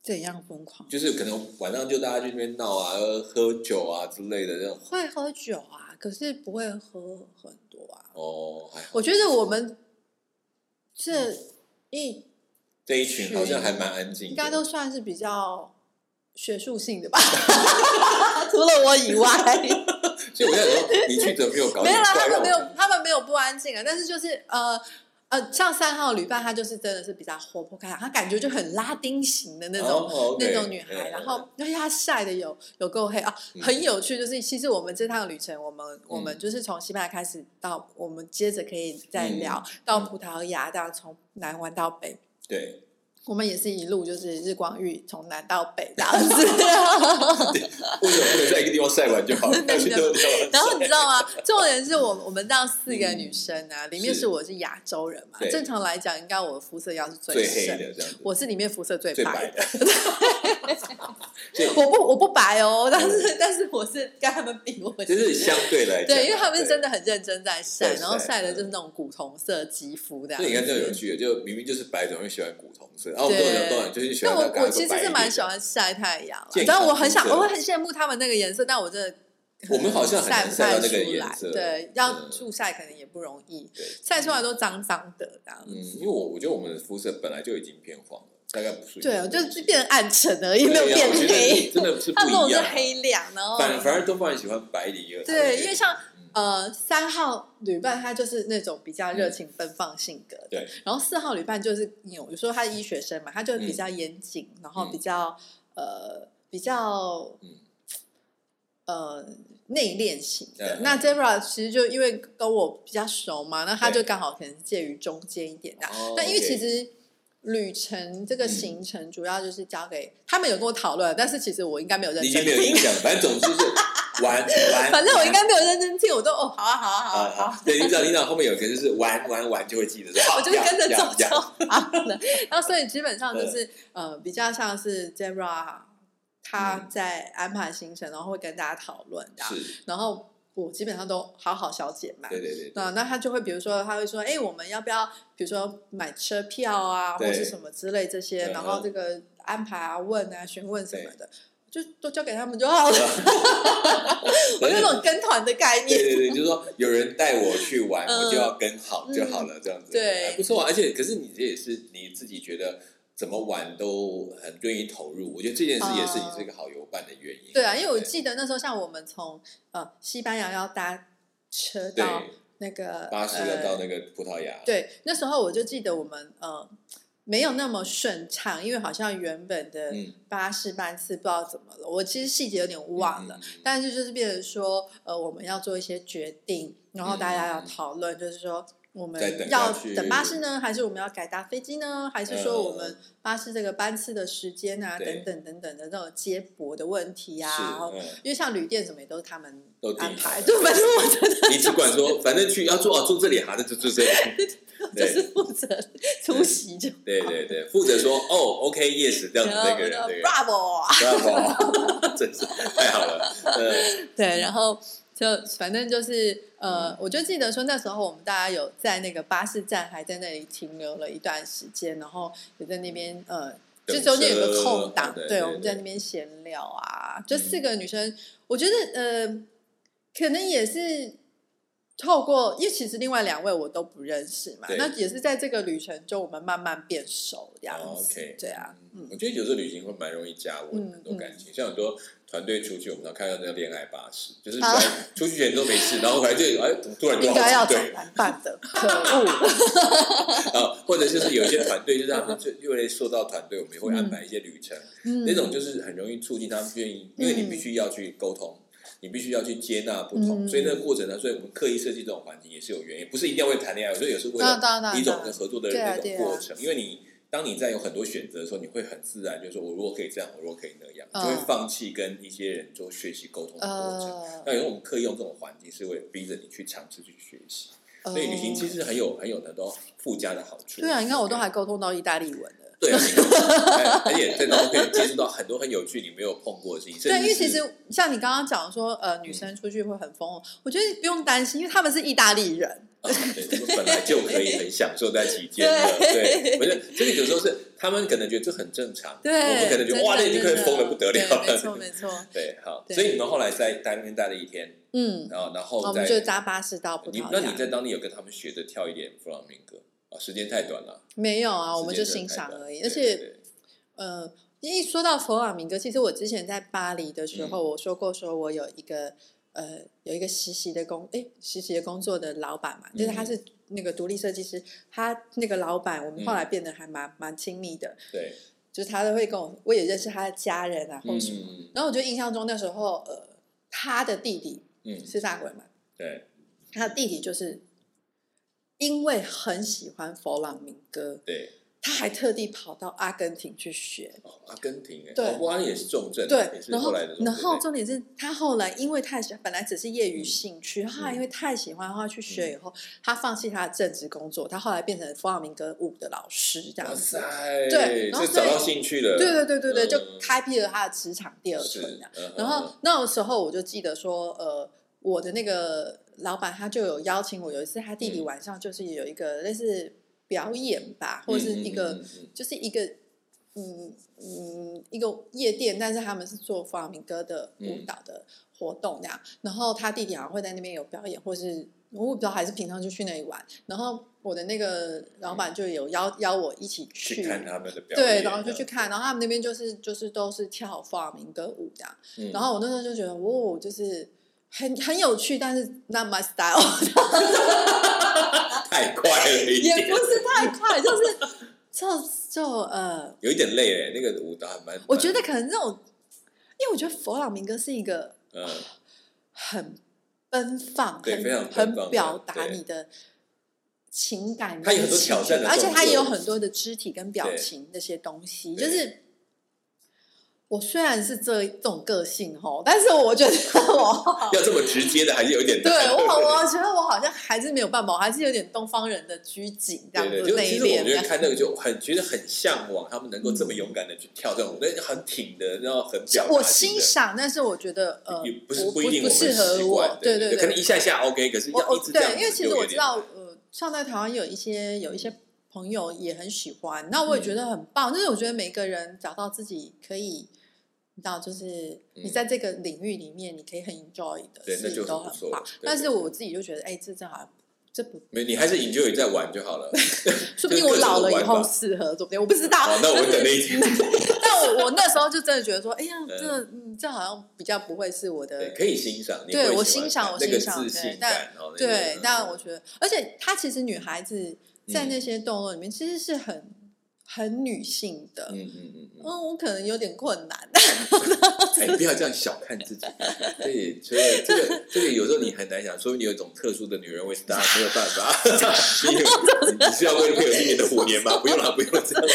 [SPEAKER 3] 怎样疯狂？
[SPEAKER 1] 就是可能晚上就大家去那边闹啊、呃喝酒啊之类的这种。
[SPEAKER 3] 会喝酒啊，可是不会喝很多啊。
[SPEAKER 1] 哦，还好
[SPEAKER 3] 我觉得我们这一
[SPEAKER 1] 这一群好像还蛮安静的，
[SPEAKER 3] 应该都算是比较学术性的吧，除了我以外，
[SPEAKER 1] 所以我在想说，你去怎么没有搞
[SPEAKER 3] 没
[SPEAKER 1] 点
[SPEAKER 3] 有啦，
[SPEAKER 1] 怪
[SPEAKER 3] 他
[SPEAKER 1] 让
[SPEAKER 3] 们
[SPEAKER 1] 我
[SPEAKER 3] 没有，他们没有不安静啊，但是就是呃。呃，像三号旅伴，她就是真的是比较活泼开朗，她感觉就很拉丁型的那种、
[SPEAKER 1] 哦，OK，
[SPEAKER 3] 那种女孩。
[SPEAKER 1] 嗯
[SPEAKER 3] 然后，而且她晒的有有够黑啊，
[SPEAKER 1] 嗯
[SPEAKER 3] 很有趣。就是其实我们这趟旅程，我们我们就是从西班牙开始到，我们接着可以再
[SPEAKER 1] 嗯
[SPEAKER 3] 聊到葡萄牙，这样从南玩到北，
[SPEAKER 1] 对，
[SPEAKER 3] 我们也是一路就是日光浴，从南到北这样 子。
[SPEAKER 1] 为什么不能在一个地方晒完就好了？要去多地方
[SPEAKER 3] 然后你
[SPEAKER 1] 晒
[SPEAKER 3] 知道吗？重点是我我们这样四个女生啊，里面是我是亚洲人
[SPEAKER 1] 嗯
[SPEAKER 3] 嘛，
[SPEAKER 1] 对
[SPEAKER 3] 正常来讲应该我的肤色要是
[SPEAKER 1] 最黑
[SPEAKER 3] 深，
[SPEAKER 1] 的这样子，
[SPEAKER 3] 我是里面肤色最
[SPEAKER 1] 最
[SPEAKER 3] 白
[SPEAKER 1] 白
[SPEAKER 3] 的。
[SPEAKER 1] 的，
[SPEAKER 3] 我不我不白哦，但是但是我是跟他们比，我
[SPEAKER 1] 嗯就是是相对来讲，
[SPEAKER 3] 对，因为他们是真
[SPEAKER 1] 的。
[SPEAKER 3] 的很认真在晒，
[SPEAKER 1] 对
[SPEAKER 3] 然后
[SPEAKER 1] 晒嗯
[SPEAKER 3] 晒的就是那种古铜色肌肤这样
[SPEAKER 1] 所以你看这有
[SPEAKER 3] 子。
[SPEAKER 1] 趣的，就明明就是白，怎么会喜欢古铜色？啊然后我们都有当然就是喜
[SPEAKER 3] 但
[SPEAKER 1] 欢
[SPEAKER 3] 我
[SPEAKER 1] 那嘎
[SPEAKER 3] 我
[SPEAKER 1] 子
[SPEAKER 3] 其实
[SPEAKER 1] 白一
[SPEAKER 3] 是
[SPEAKER 1] 点
[SPEAKER 3] 蛮
[SPEAKER 1] 的
[SPEAKER 3] 喜。欢晒太阳啦，
[SPEAKER 1] 健
[SPEAKER 3] 但
[SPEAKER 1] 康
[SPEAKER 3] 我很想，
[SPEAKER 1] 肤色
[SPEAKER 3] 我会很羡慕他们那个颜色，但我真的
[SPEAKER 1] 我们好像很
[SPEAKER 3] 晒
[SPEAKER 1] 难
[SPEAKER 3] 不
[SPEAKER 1] 晒
[SPEAKER 3] 太
[SPEAKER 1] 到那个
[SPEAKER 3] 出
[SPEAKER 1] 颜
[SPEAKER 3] 来，
[SPEAKER 1] 色
[SPEAKER 3] 对，要
[SPEAKER 1] 嗯
[SPEAKER 3] 助晒可能也不容易，
[SPEAKER 1] 对，
[SPEAKER 3] 晒出来都脏脏的这样
[SPEAKER 1] 嗯
[SPEAKER 3] 子。，
[SPEAKER 1] 因为我我觉得我们的肤色本来就已经偏黄了，大概不是
[SPEAKER 3] 对啊，就是变成暗沉而已，没有
[SPEAKER 1] 对呀
[SPEAKER 3] 变
[SPEAKER 1] 我觉得
[SPEAKER 3] 黑。
[SPEAKER 1] 真的是
[SPEAKER 3] 他
[SPEAKER 1] 不
[SPEAKER 3] 们那种
[SPEAKER 1] 一
[SPEAKER 3] 是
[SPEAKER 1] 样啊。
[SPEAKER 3] 黑亮，然后
[SPEAKER 1] 反反而东方人喜欢白里一
[SPEAKER 3] 哦对，因为像
[SPEAKER 1] 嗯
[SPEAKER 3] 呃三号旅伴，他就是那种比较热情奔放性格的，
[SPEAKER 1] 嗯对，
[SPEAKER 3] 然后四号旅伴就是有有时候他是医学生嘛，他
[SPEAKER 1] 嗯
[SPEAKER 3] 就比较严谨，然后比较呃比较
[SPEAKER 1] 嗯
[SPEAKER 3] 呃内敛型的。
[SPEAKER 1] 嗯
[SPEAKER 3] 那 Zebra 其实就因为跟我比较熟嘛，那他就
[SPEAKER 1] 对
[SPEAKER 3] 刚好可能介于中间一点的。
[SPEAKER 1] 哦
[SPEAKER 3] 那因为
[SPEAKER 1] OK
[SPEAKER 3] 其实。旅程这个
[SPEAKER 1] 嗯
[SPEAKER 3] 行程主要就是交给、他们有跟我讨论，但是其实我应该没有认
[SPEAKER 1] 你已
[SPEAKER 3] 真
[SPEAKER 1] 经没有
[SPEAKER 3] 听
[SPEAKER 1] 影，响，反正总之是玩玩。
[SPEAKER 3] 反正我
[SPEAKER 1] 玩
[SPEAKER 3] 应该没有认真听，我都哦 好啊好啊好啊好啊，
[SPEAKER 1] 啊，对，你知道，你知道后面有个就是玩玩玩就会记得说，
[SPEAKER 3] 我就是跟着
[SPEAKER 1] 要
[SPEAKER 3] 走
[SPEAKER 1] 要要
[SPEAKER 3] 就好 了。然后所以基本上就是呃，比较像是 Zebra 他
[SPEAKER 1] 嗯
[SPEAKER 3] 在安排行程，然后会跟大家讨论这样。
[SPEAKER 1] 是，
[SPEAKER 3] 然后我基本上都好好小姐嘛。
[SPEAKER 1] 对对对对，
[SPEAKER 3] 那那他就会，比如说，他会说，哎，我们要不要，比如说买车票啊，
[SPEAKER 1] 对
[SPEAKER 3] 或是什么之类这些，
[SPEAKER 1] 嗯
[SPEAKER 3] 然后这个安排啊、问啊、询问什么的，就都交给他们就好 了。我有种跟团的概
[SPEAKER 1] 对
[SPEAKER 3] 念，
[SPEAKER 1] 对对，就是说有人带我去玩，
[SPEAKER 3] 嗯
[SPEAKER 1] 我就要跟好就好了，这样子，
[SPEAKER 3] 对
[SPEAKER 1] 还不错啊。而且，可是你这也是你自己觉得怎么玩都很愿意投入，我觉得这件事也是你这个好游伴的原因。
[SPEAKER 3] 对啊，因为我记得那时候，像我们从呃西班牙要搭车
[SPEAKER 1] 对
[SPEAKER 3] 到那个
[SPEAKER 1] 巴士要
[SPEAKER 3] 呃
[SPEAKER 1] 到那个葡萄牙，
[SPEAKER 3] 对，那时候我就记得我们呃没有那么顺畅，因为好像原本的
[SPEAKER 1] 嗯
[SPEAKER 3] 巴士班次不知道怎么了，我其实细节有点忘了。
[SPEAKER 1] 嗯，嗯嗯
[SPEAKER 3] 但是就是变成说，呃，我们要做一些决定，然后大家要讨论，就是说我
[SPEAKER 1] 嗯再等
[SPEAKER 3] 们
[SPEAKER 1] 下
[SPEAKER 3] 要
[SPEAKER 1] 去
[SPEAKER 3] 等巴士呢，还是我们要改搭飞机呢，还是说我们巴士这个班次的时间啊，
[SPEAKER 1] 嗯对
[SPEAKER 3] 等等等等的那种接驳的问题啊，
[SPEAKER 1] 是
[SPEAKER 3] 然后
[SPEAKER 1] 嗯
[SPEAKER 3] 因为像旅店什么也都是他们
[SPEAKER 1] 都定
[SPEAKER 3] 安排，
[SPEAKER 1] 好
[SPEAKER 3] 对，反正我真的
[SPEAKER 1] 你只管说，反正去要做哦，做这里好，那就做这里。
[SPEAKER 3] 就
[SPEAKER 1] 对
[SPEAKER 3] 是负责出席就
[SPEAKER 1] 对对对，负责 说哦，OK，yes 这样子
[SPEAKER 3] 然后
[SPEAKER 1] 那
[SPEAKER 3] 我
[SPEAKER 1] 个人，
[SPEAKER 3] 就
[SPEAKER 1] 那个人
[SPEAKER 3] Bravo 啊，
[SPEAKER 1] ，bravo，真 是太好了。呃，
[SPEAKER 3] 对，然后就反正就是呃，我就记得说那时候我们大家有在那个巴士站还在那里停留了一段时间，然后也在那边呃，就
[SPEAKER 1] 等
[SPEAKER 3] 中间有
[SPEAKER 1] 车
[SPEAKER 3] 个空档，
[SPEAKER 1] 对
[SPEAKER 3] 对，
[SPEAKER 1] 对
[SPEAKER 3] 我们在
[SPEAKER 1] 对嗯
[SPEAKER 3] 那边闲聊啊，就四个女生，我觉得呃，可能也是。透过，因为其实另外两位我都不认识嘛，
[SPEAKER 1] 对
[SPEAKER 3] 那也是在这个旅程中我们慢慢变熟这样
[SPEAKER 1] 哦
[SPEAKER 3] 子，
[SPEAKER 1] OK，
[SPEAKER 3] 对啊，嗯
[SPEAKER 1] 嗯，我觉得有时候旅行会蛮容易加温
[SPEAKER 3] 嗯
[SPEAKER 1] 很多
[SPEAKER 3] 嗯
[SPEAKER 1] 感情，像很多团队出去，我们常看到那个恋爱巴士，就是
[SPEAKER 3] 啊
[SPEAKER 1] 本来出去前都没事，然后回来就哎，怎么突然就
[SPEAKER 3] 应
[SPEAKER 1] 好
[SPEAKER 3] 该要
[SPEAKER 1] 几
[SPEAKER 3] 找
[SPEAKER 1] 对
[SPEAKER 3] 男伴的，可恶。
[SPEAKER 1] 啊，或者就是有一些团队就是他们就因为说到团队，我们也会安排一些旅程，
[SPEAKER 3] 嗯
[SPEAKER 1] 那种就是很容易促进他们愿意，因为你必须要去沟通，你必须要去接纳不同，
[SPEAKER 3] 嗯
[SPEAKER 1] 所以那个过程呢，所以我们刻意设计这种环境也是有原因，不是一定要为谈恋爱，我觉得也是为
[SPEAKER 3] 当然当
[SPEAKER 1] 了
[SPEAKER 3] 然当然
[SPEAKER 1] 一种
[SPEAKER 3] 当然
[SPEAKER 1] 的合作的
[SPEAKER 3] 对啊
[SPEAKER 1] 那
[SPEAKER 3] 对
[SPEAKER 1] 种
[SPEAKER 3] 啊
[SPEAKER 1] 过程，因为你。当你在有很多选择的时候，你会很自然就说：“我如果可以这样，我如果可以那样，
[SPEAKER 3] 嗯
[SPEAKER 1] 就会放弃跟一些人做学习沟通的过程。
[SPEAKER 3] 呃，
[SPEAKER 1] 那有时候我们刻意用这种环境，是为了逼着你去尝试去学习。所以旅行其
[SPEAKER 3] 哦
[SPEAKER 1] 实很有很有很多附加的好处。
[SPEAKER 3] 啊对啊，你看我都还沟通到意大利文了。
[SPEAKER 1] 对啊，你看而且在当中可以接触到很多很有趣你没有碰过的事情。
[SPEAKER 3] 对，
[SPEAKER 1] 甚至
[SPEAKER 3] 因为其
[SPEAKER 1] 是啊嗯
[SPEAKER 3] 实像你刚刚讲说，呃，女生出去会很疯，我觉得不用担心，因为他们是意大利人，
[SPEAKER 1] 啊，对，他们本来就可以很享受在其间的，对，
[SPEAKER 3] 对
[SPEAKER 1] 不是，这个有时候是他们可能觉得这很正常，
[SPEAKER 3] 对，
[SPEAKER 1] 我们可能觉得哇，那
[SPEAKER 3] 真
[SPEAKER 1] 已
[SPEAKER 3] 的
[SPEAKER 1] 经快
[SPEAKER 3] 真的
[SPEAKER 1] 疯的不得了
[SPEAKER 3] 对没错没
[SPEAKER 1] 了，
[SPEAKER 3] 错，
[SPEAKER 1] 对，好，
[SPEAKER 3] 对
[SPEAKER 1] 所以你们后来在在那边待了一天，啊
[SPEAKER 3] 嗯，
[SPEAKER 1] 然后然
[SPEAKER 3] 我
[SPEAKER 1] 后
[SPEAKER 3] 们就
[SPEAKER 1] 哦在
[SPEAKER 3] 搭哦巴士到葡
[SPEAKER 1] 你
[SPEAKER 3] 萄
[SPEAKER 1] 那你
[SPEAKER 3] 牙，
[SPEAKER 1] 在当地有跟他们学着跳一点弗朗明哥啊？时间太短了，
[SPEAKER 3] 没有啊，我们就
[SPEAKER 1] 时
[SPEAKER 3] 欣
[SPEAKER 1] 间真的太
[SPEAKER 3] 赏
[SPEAKER 1] 短
[SPEAKER 3] 而已，
[SPEAKER 1] 对对
[SPEAKER 3] 而且
[SPEAKER 1] 对
[SPEAKER 3] 呃，一说到佛朗明哥，其实我之前在巴黎的
[SPEAKER 1] 嗯
[SPEAKER 3] 时候，我说过，说我有一个呃，有一个实习的工，哎，实习的工作的老板嘛，就是他
[SPEAKER 1] 嗯
[SPEAKER 3] 是那个独立设计师，他那个老板，我们后
[SPEAKER 1] 嗯
[SPEAKER 3] 来变得还蛮、蛮亲密的，
[SPEAKER 1] 对，
[SPEAKER 3] 就是他都会跟我，我也认识他的家人啊，或什么。
[SPEAKER 1] 嗯
[SPEAKER 3] 然后我就印象中那时候，呃，他的弟弟
[SPEAKER 1] 嗯，
[SPEAKER 3] 是大鬼嘛，
[SPEAKER 1] 对，
[SPEAKER 3] 他的弟弟就是因为很喜欢佛朗明哥，
[SPEAKER 1] 对，
[SPEAKER 3] 他还特地跑到阿根廷去学。
[SPEAKER 1] 哦，阿根廷哎，
[SPEAKER 3] 对
[SPEAKER 1] 哦不阿根廷也是重症，
[SPEAKER 3] 对
[SPEAKER 1] 也，是
[SPEAKER 3] 然后
[SPEAKER 1] 后来的重
[SPEAKER 3] 然
[SPEAKER 1] 症
[SPEAKER 3] 后
[SPEAKER 1] 对
[SPEAKER 3] 重点是他后来因为太喜欢，本来只是业余兴趣，他后来
[SPEAKER 1] 嗯
[SPEAKER 3] 因为太喜欢，他去学以后，他放弃他的正职工作，他后来变成弗朗明哥舞的老师这样
[SPEAKER 1] 哇
[SPEAKER 3] 子。
[SPEAKER 1] 塞，
[SPEAKER 3] 对然后
[SPEAKER 1] 就
[SPEAKER 3] 所以
[SPEAKER 1] 找到兴趣了，
[SPEAKER 3] 对对对对对，
[SPEAKER 1] 嗯
[SPEAKER 3] 就开辟了他的职场第二
[SPEAKER 1] 是
[SPEAKER 3] 春这样。，
[SPEAKER 1] 嗯
[SPEAKER 3] 然
[SPEAKER 1] 嗯
[SPEAKER 3] 后
[SPEAKER 1] 嗯
[SPEAKER 3] 那时候我就记得说，呃，我的那个老板他就有邀请我，有一次他弟弟
[SPEAKER 1] 嗯
[SPEAKER 3] 晚上就是有一个类似表演吧，或者是一
[SPEAKER 1] 嗯嗯
[SPEAKER 3] 个
[SPEAKER 1] 嗯嗯
[SPEAKER 3] 就是一个嗯嗯一个夜店，但是他们是做弗朗明哥的
[SPEAKER 1] 嗯
[SPEAKER 3] 舞蹈的活动这样。然后他弟弟好像会在那边有表演，或是我也不知道还是平常就去那里玩。然后我的那个老板就有邀邀我一起
[SPEAKER 1] 嗯去看他们的表演，啊
[SPEAKER 3] 对，然后就去看，然后他们那边就是就是都是跳弗朗明哥舞这样，
[SPEAKER 1] 嗯，
[SPEAKER 3] 然后我那时候就觉得，哇，就是很很有趣，但是 not my style，
[SPEAKER 1] 太快了一
[SPEAKER 3] 也
[SPEAKER 1] 点
[SPEAKER 3] 不，是太快，就是就就呃，
[SPEAKER 1] 有一点累嘞，那个舞蹈还蛮，
[SPEAKER 3] 我觉得可能这种，因为我觉得佛朗明哥是一个
[SPEAKER 1] 嗯
[SPEAKER 3] 很奔放、
[SPEAKER 1] 对
[SPEAKER 3] 很
[SPEAKER 1] 非常奔放的
[SPEAKER 3] 很表达
[SPEAKER 1] 对
[SPEAKER 3] 你的情感，
[SPEAKER 1] 它有很多挑战的
[SPEAKER 3] 而且
[SPEAKER 1] 动
[SPEAKER 3] 它也有
[SPEAKER 1] 作
[SPEAKER 3] 很多的肢体跟表
[SPEAKER 1] 对
[SPEAKER 3] 情那些东西。
[SPEAKER 1] 对
[SPEAKER 3] 就是我虽然是这这种个性吼，但是我觉得 我
[SPEAKER 1] 要这么直接的还是有点
[SPEAKER 3] 对
[SPEAKER 1] 难，
[SPEAKER 3] 我好，我觉得我好像还是没有办法，我还是有点东方人的拘谨这样
[SPEAKER 1] 对
[SPEAKER 3] 子
[SPEAKER 1] 对，就
[SPEAKER 3] 内
[SPEAKER 1] 其实
[SPEAKER 3] 敛
[SPEAKER 1] 我
[SPEAKER 3] 这
[SPEAKER 1] 觉得
[SPEAKER 3] 样。
[SPEAKER 1] 看那个就很觉得很向往，他们能够这么勇敢的去跳这种，那很挺的，然后很表达性的，
[SPEAKER 3] 嗯我欣赏，但是我觉得呃，
[SPEAKER 1] 也不是
[SPEAKER 3] 我不
[SPEAKER 1] 一定
[SPEAKER 3] 不
[SPEAKER 1] 我
[SPEAKER 3] 适
[SPEAKER 1] 们
[SPEAKER 3] 合
[SPEAKER 1] 习
[SPEAKER 3] 我
[SPEAKER 1] 惯，，
[SPEAKER 3] 对
[SPEAKER 1] 对
[SPEAKER 3] 对，
[SPEAKER 1] 可能一下下 OK，可是
[SPEAKER 3] 我
[SPEAKER 1] 要
[SPEAKER 3] 我
[SPEAKER 1] 一直这样
[SPEAKER 3] 对
[SPEAKER 1] 子，
[SPEAKER 3] 因为其实
[SPEAKER 1] 就有
[SPEAKER 3] 我
[SPEAKER 1] 点
[SPEAKER 3] 知道，呃，像在台湾有一些有一些朋友也很喜欢，那我也觉
[SPEAKER 1] 嗯
[SPEAKER 3] 得很棒。就是我觉得每个人找到自己可以，你知道，就是你
[SPEAKER 1] 嗯
[SPEAKER 3] 在这个领域里面，你可以很 enjoy 的
[SPEAKER 1] 对那
[SPEAKER 3] 事
[SPEAKER 1] 就
[SPEAKER 3] 情都
[SPEAKER 1] 很不错
[SPEAKER 3] 棒
[SPEAKER 1] 了。对
[SPEAKER 3] 但
[SPEAKER 1] 对
[SPEAKER 3] 是我自己就觉得，哎，这正好。这不，
[SPEAKER 1] 没你
[SPEAKER 3] 嗯
[SPEAKER 1] 还是 enjoy 在玩就 好了。
[SPEAKER 3] 说不定
[SPEAKER 1] 就
[SPEAKER 3] 我
[SPEAKER 1] 各自
[SPEAKER 3] 老了以
[SPEAKER 1] 玩
[SPEAKER 3] 后
[SPEAKER 1] 吧
[SPEAKER 3] 适合，说不定我不知 道
[SPEAKER 1] 好，。那我
[SPEAKER 3] 但
[SPEAKER 1] 们等
[SPEAKER 3] 是，
[SPEAKER 1] 那一 天。
[SPEAKER 3] 但我我那时候就真的觉得说，哎呀，这
[SPEAKER 1] 嗯
[SPEAKER 3] 嗯这好像比较不会是我的
[SPEAKER 1] 对，可以欣赏，你
[SPEAKER 3] 对
[SPEAKER 1] 会
[SPEAKER 3] 我
[SPEAKER 1] 喜欢
[SPEAKER 3] 欣赏
[SPEAKER 1] 看
[SPEAKER 3] 我
[SPEAKER 1] 那个
[SPEAKER 3] 欣赏
[SPEAKER 1] 自
[SPEAKER 3] 对
[SPEAKER 1] 信
[SPEAKER 3] 但
[SPEAKER 1] 感哦。那个
[SPEAKER 3] 对
[SPEAKER 1] 嗯，
[SPEAKER 3] 但我觉得，而且她其实女孩子在
[SPEAKER 1] 嗯
[SPEAKER 3] 那些动作里面，其实是很很女性的。
[SPEAKER 1] 嗯嗯嗯嗯，
[SPEAKER 3] 嗯，我可能有点困难。
[SPEAKER 1] 哎，不要这样小看自己。对，所以这个这个有时候你很难想，说明你有一种特殊的女人味，大家没有办 法。你有你是要为了配合今年的虎年吗？不用了，不用了这样。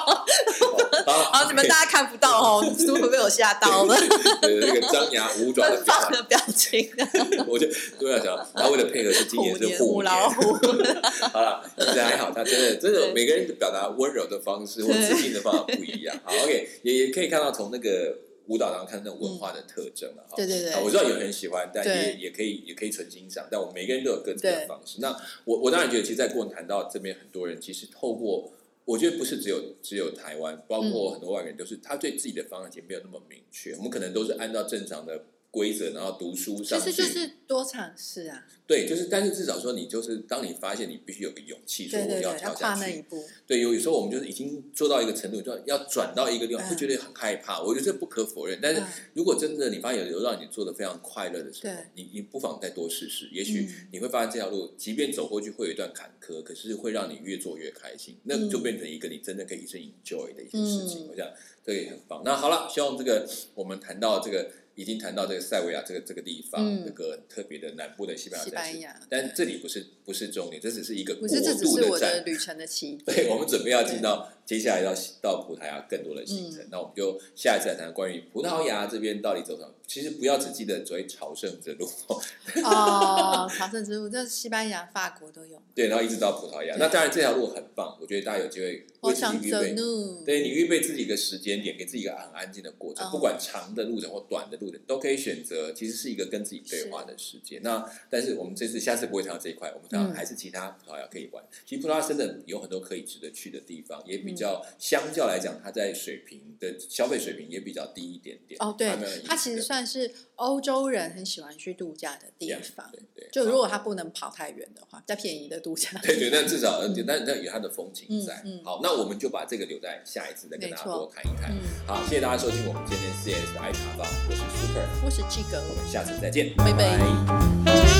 [SPEAKER 1] 好
[SPEAKER 3] 好，你们大家看不到哦，是不是被我吓 到了？
[SPEAKER 1] 对那个张牙舞爪的
[SPEAKER 3] 奔
[SPEAKER 1] 表
[SPEAKER 3] 放的表情，
[SPEAKER 1] 达，我就都要想，他为了配合是今年
[SPEAKER 3] 虎
[SPEAKER 1] 是
[SPEAKER 3] 年
[SPEAKER 1] 虎
[SPEAKER 3] 虎
[SPEAKER 1] 年
[SPEAKER 3] 老，虎。
[SPEAKER 1] 好了，其实还好，他真的真的
[SPEAKER 3] 对
[SPEAKER 1] 每个人的表达温柔的方式或
[SPEAKER 3] 对
[SPEAKER 1] 自信的方法不一样。好，OK，也也可以看到从那个舞蹈上看那种文化的特征了哈。
[SPEAKER 3] 对对对
[SPEAKER 1] 啊我知道有人喜欢，但也
[SPEAKER 3] 对
[SPEAKER 1] 也可以也可以纯欣赏，但我们每个人都有各自的
[SPEAKER 3] 对
[SPEAKER 1] 方式。那我我当然觉得，其实，在过谈到这边，很多人其实透过。我觉得不是只有只有台湾，包
[SPEAKER 3] 嗯
[SPEAKER 1] 括很多外国人都是他对自己的方向性没有那么明确。我们可能都是按照正常的规则，然后读书
[SPEAKER 3] 其
[SPEAKER 1] 上去。
[SPEAKER 3] 实就是多尝试啊，
[SPEAKER 1] 对，就是，但是至少说，你就是当你发现你必须有个勇气，说
[SPEAKER 3] 对
[SPEAKER 1] 我
[SPEAKER 3] 对
[SPEAKER 1] 要
[SPEAKER 3] 对，
[SPEAKER 1] 跳
[SPEAKER 3] 要
[SPEAKER 1] 下
[SPEAKER 3] 跨那
[SPEAKER 1] 去
[SPEAKER 3] 一。步。
[SPEAKER 1] 对，有有时候我们就是已经做到一个程度，就要转到一个地方，
[SPEAKER 3] 嗯
[SPEAKER 1] 会觉得很害怕。我觉得这不可否认，但是
[SPEAKER 3] 嗯
[SPEAKER 1] 如果真的你发现有让你做的非常快乐的时候
[SPEAKER 3] 对，
[SPEAKER 1] 你你不妨再多试试，也许
[SPEAKER 3] 嗯
[SPEAKER 1] 你会发现这条路，即便走过去会有一段坎坷，可是会让你越做越开心，那
[SPEAKER 3] 嗯
[SPEAKER 1] 就变成一个你真的可以一生 enjoy 的一件事情。
[SPEAKER 3] 嗯
[SPEAKER 1] 我想这个也很棒。那好了，希望这个我们谈到这个。已经谈到这个塞维亚这个这个地方，
[SPEAKER 3] 嗯
[SPEAKER 1] 这个特别的南部的西班牙
[SPEAKER 3] 西
[SPEAKER 1] 城市
[SPEAKER 3] 班。牙，
[SPEAKER 1] 但这里不是不是终点，这只是一个过
[SPEAKER 3] 我是这只
[SPEAKER 1] 渡
[SPEAKER 3] 是我的
[SPEAKER 1] 站。
[SPEAKER 3] 旅程的起 点。
[SPEAKER 1] 对，我们准备要进到接下来到西到葡萄牙更多的行
[SPEAKER 3] 嗯
[SPEAKER 1] 程，那我们就下一次来谈关于葡萄牙这边到底走什么。其实不要只记得只会朝圣之路，
[SPEAKER 3] 哦，朝圣之路，这西班牙、法国都有。
[SPEAKER 1] 对，然后一直到葡萄牙。那当然这条路很棒，我觉得大家有机会为
[SPEAKER 3] 我
[SPEAKER 1] 自
[SPEAKER 3] 想
[SPEAKER 1] 己预
[SPEAKER 3] 走
[SPEAKER 1] 备。
[SPEAKER 3] 路，
[SPEAKER 1] 对你预备自己一个时间点，给自己一个很安静的过程，
[SPEAKER 3] 嗯
[SPEAKER 1] 不管长的路程或短的路程，都可以选择。其实是一个跟自己对话的时间。那但是我们这次下次不会谈到这一块，我们谈
[SPEAKER 3] 嗯
[SPEAKER 1] 到还是其他葡萄牙可以玩。其实葡萄牙真的有很多可以值得去的地方，也
[SPEAKER 3] 嗯
[SPEAKER 1] 比较相较来讲，它在水平的消费水平也比较低一点点。
[SPEAKER 3] 哦，对
[SPEAKER 1] 蛮有意思，的
[SPEAKER 3] 它其实算是欧洲人很喜欢去度假的地方。
[SPEAKER 1] 对对，
[SPEAKER 3] 就如果他不能跑太远的话，比较便宜的度假。
[SPEAKER 1] 哦对对，但至少
[SPEAKER 3] 嗯
[SPEAKER 1] 但但有它的风景在
[SPEAKER 3] 嗯嗯。
[SPEAKER 1] 好，那我们就把这个留在下一次再跟大家
[SPEAKER 3] 没错
[SPEAKER 1] 多谈一谈。
[SPEAKER 3] 嗯，
[SPEAKER 1] 好，谢谢大家收听我们今天 CS 的爱茶坊，我是 Super，
[SPEAKER 3] 我是这个。
[SPEAKER 1] 我们下次再见，
[SPEAKER 3] 拜拜
[SPEAKER 1] 拜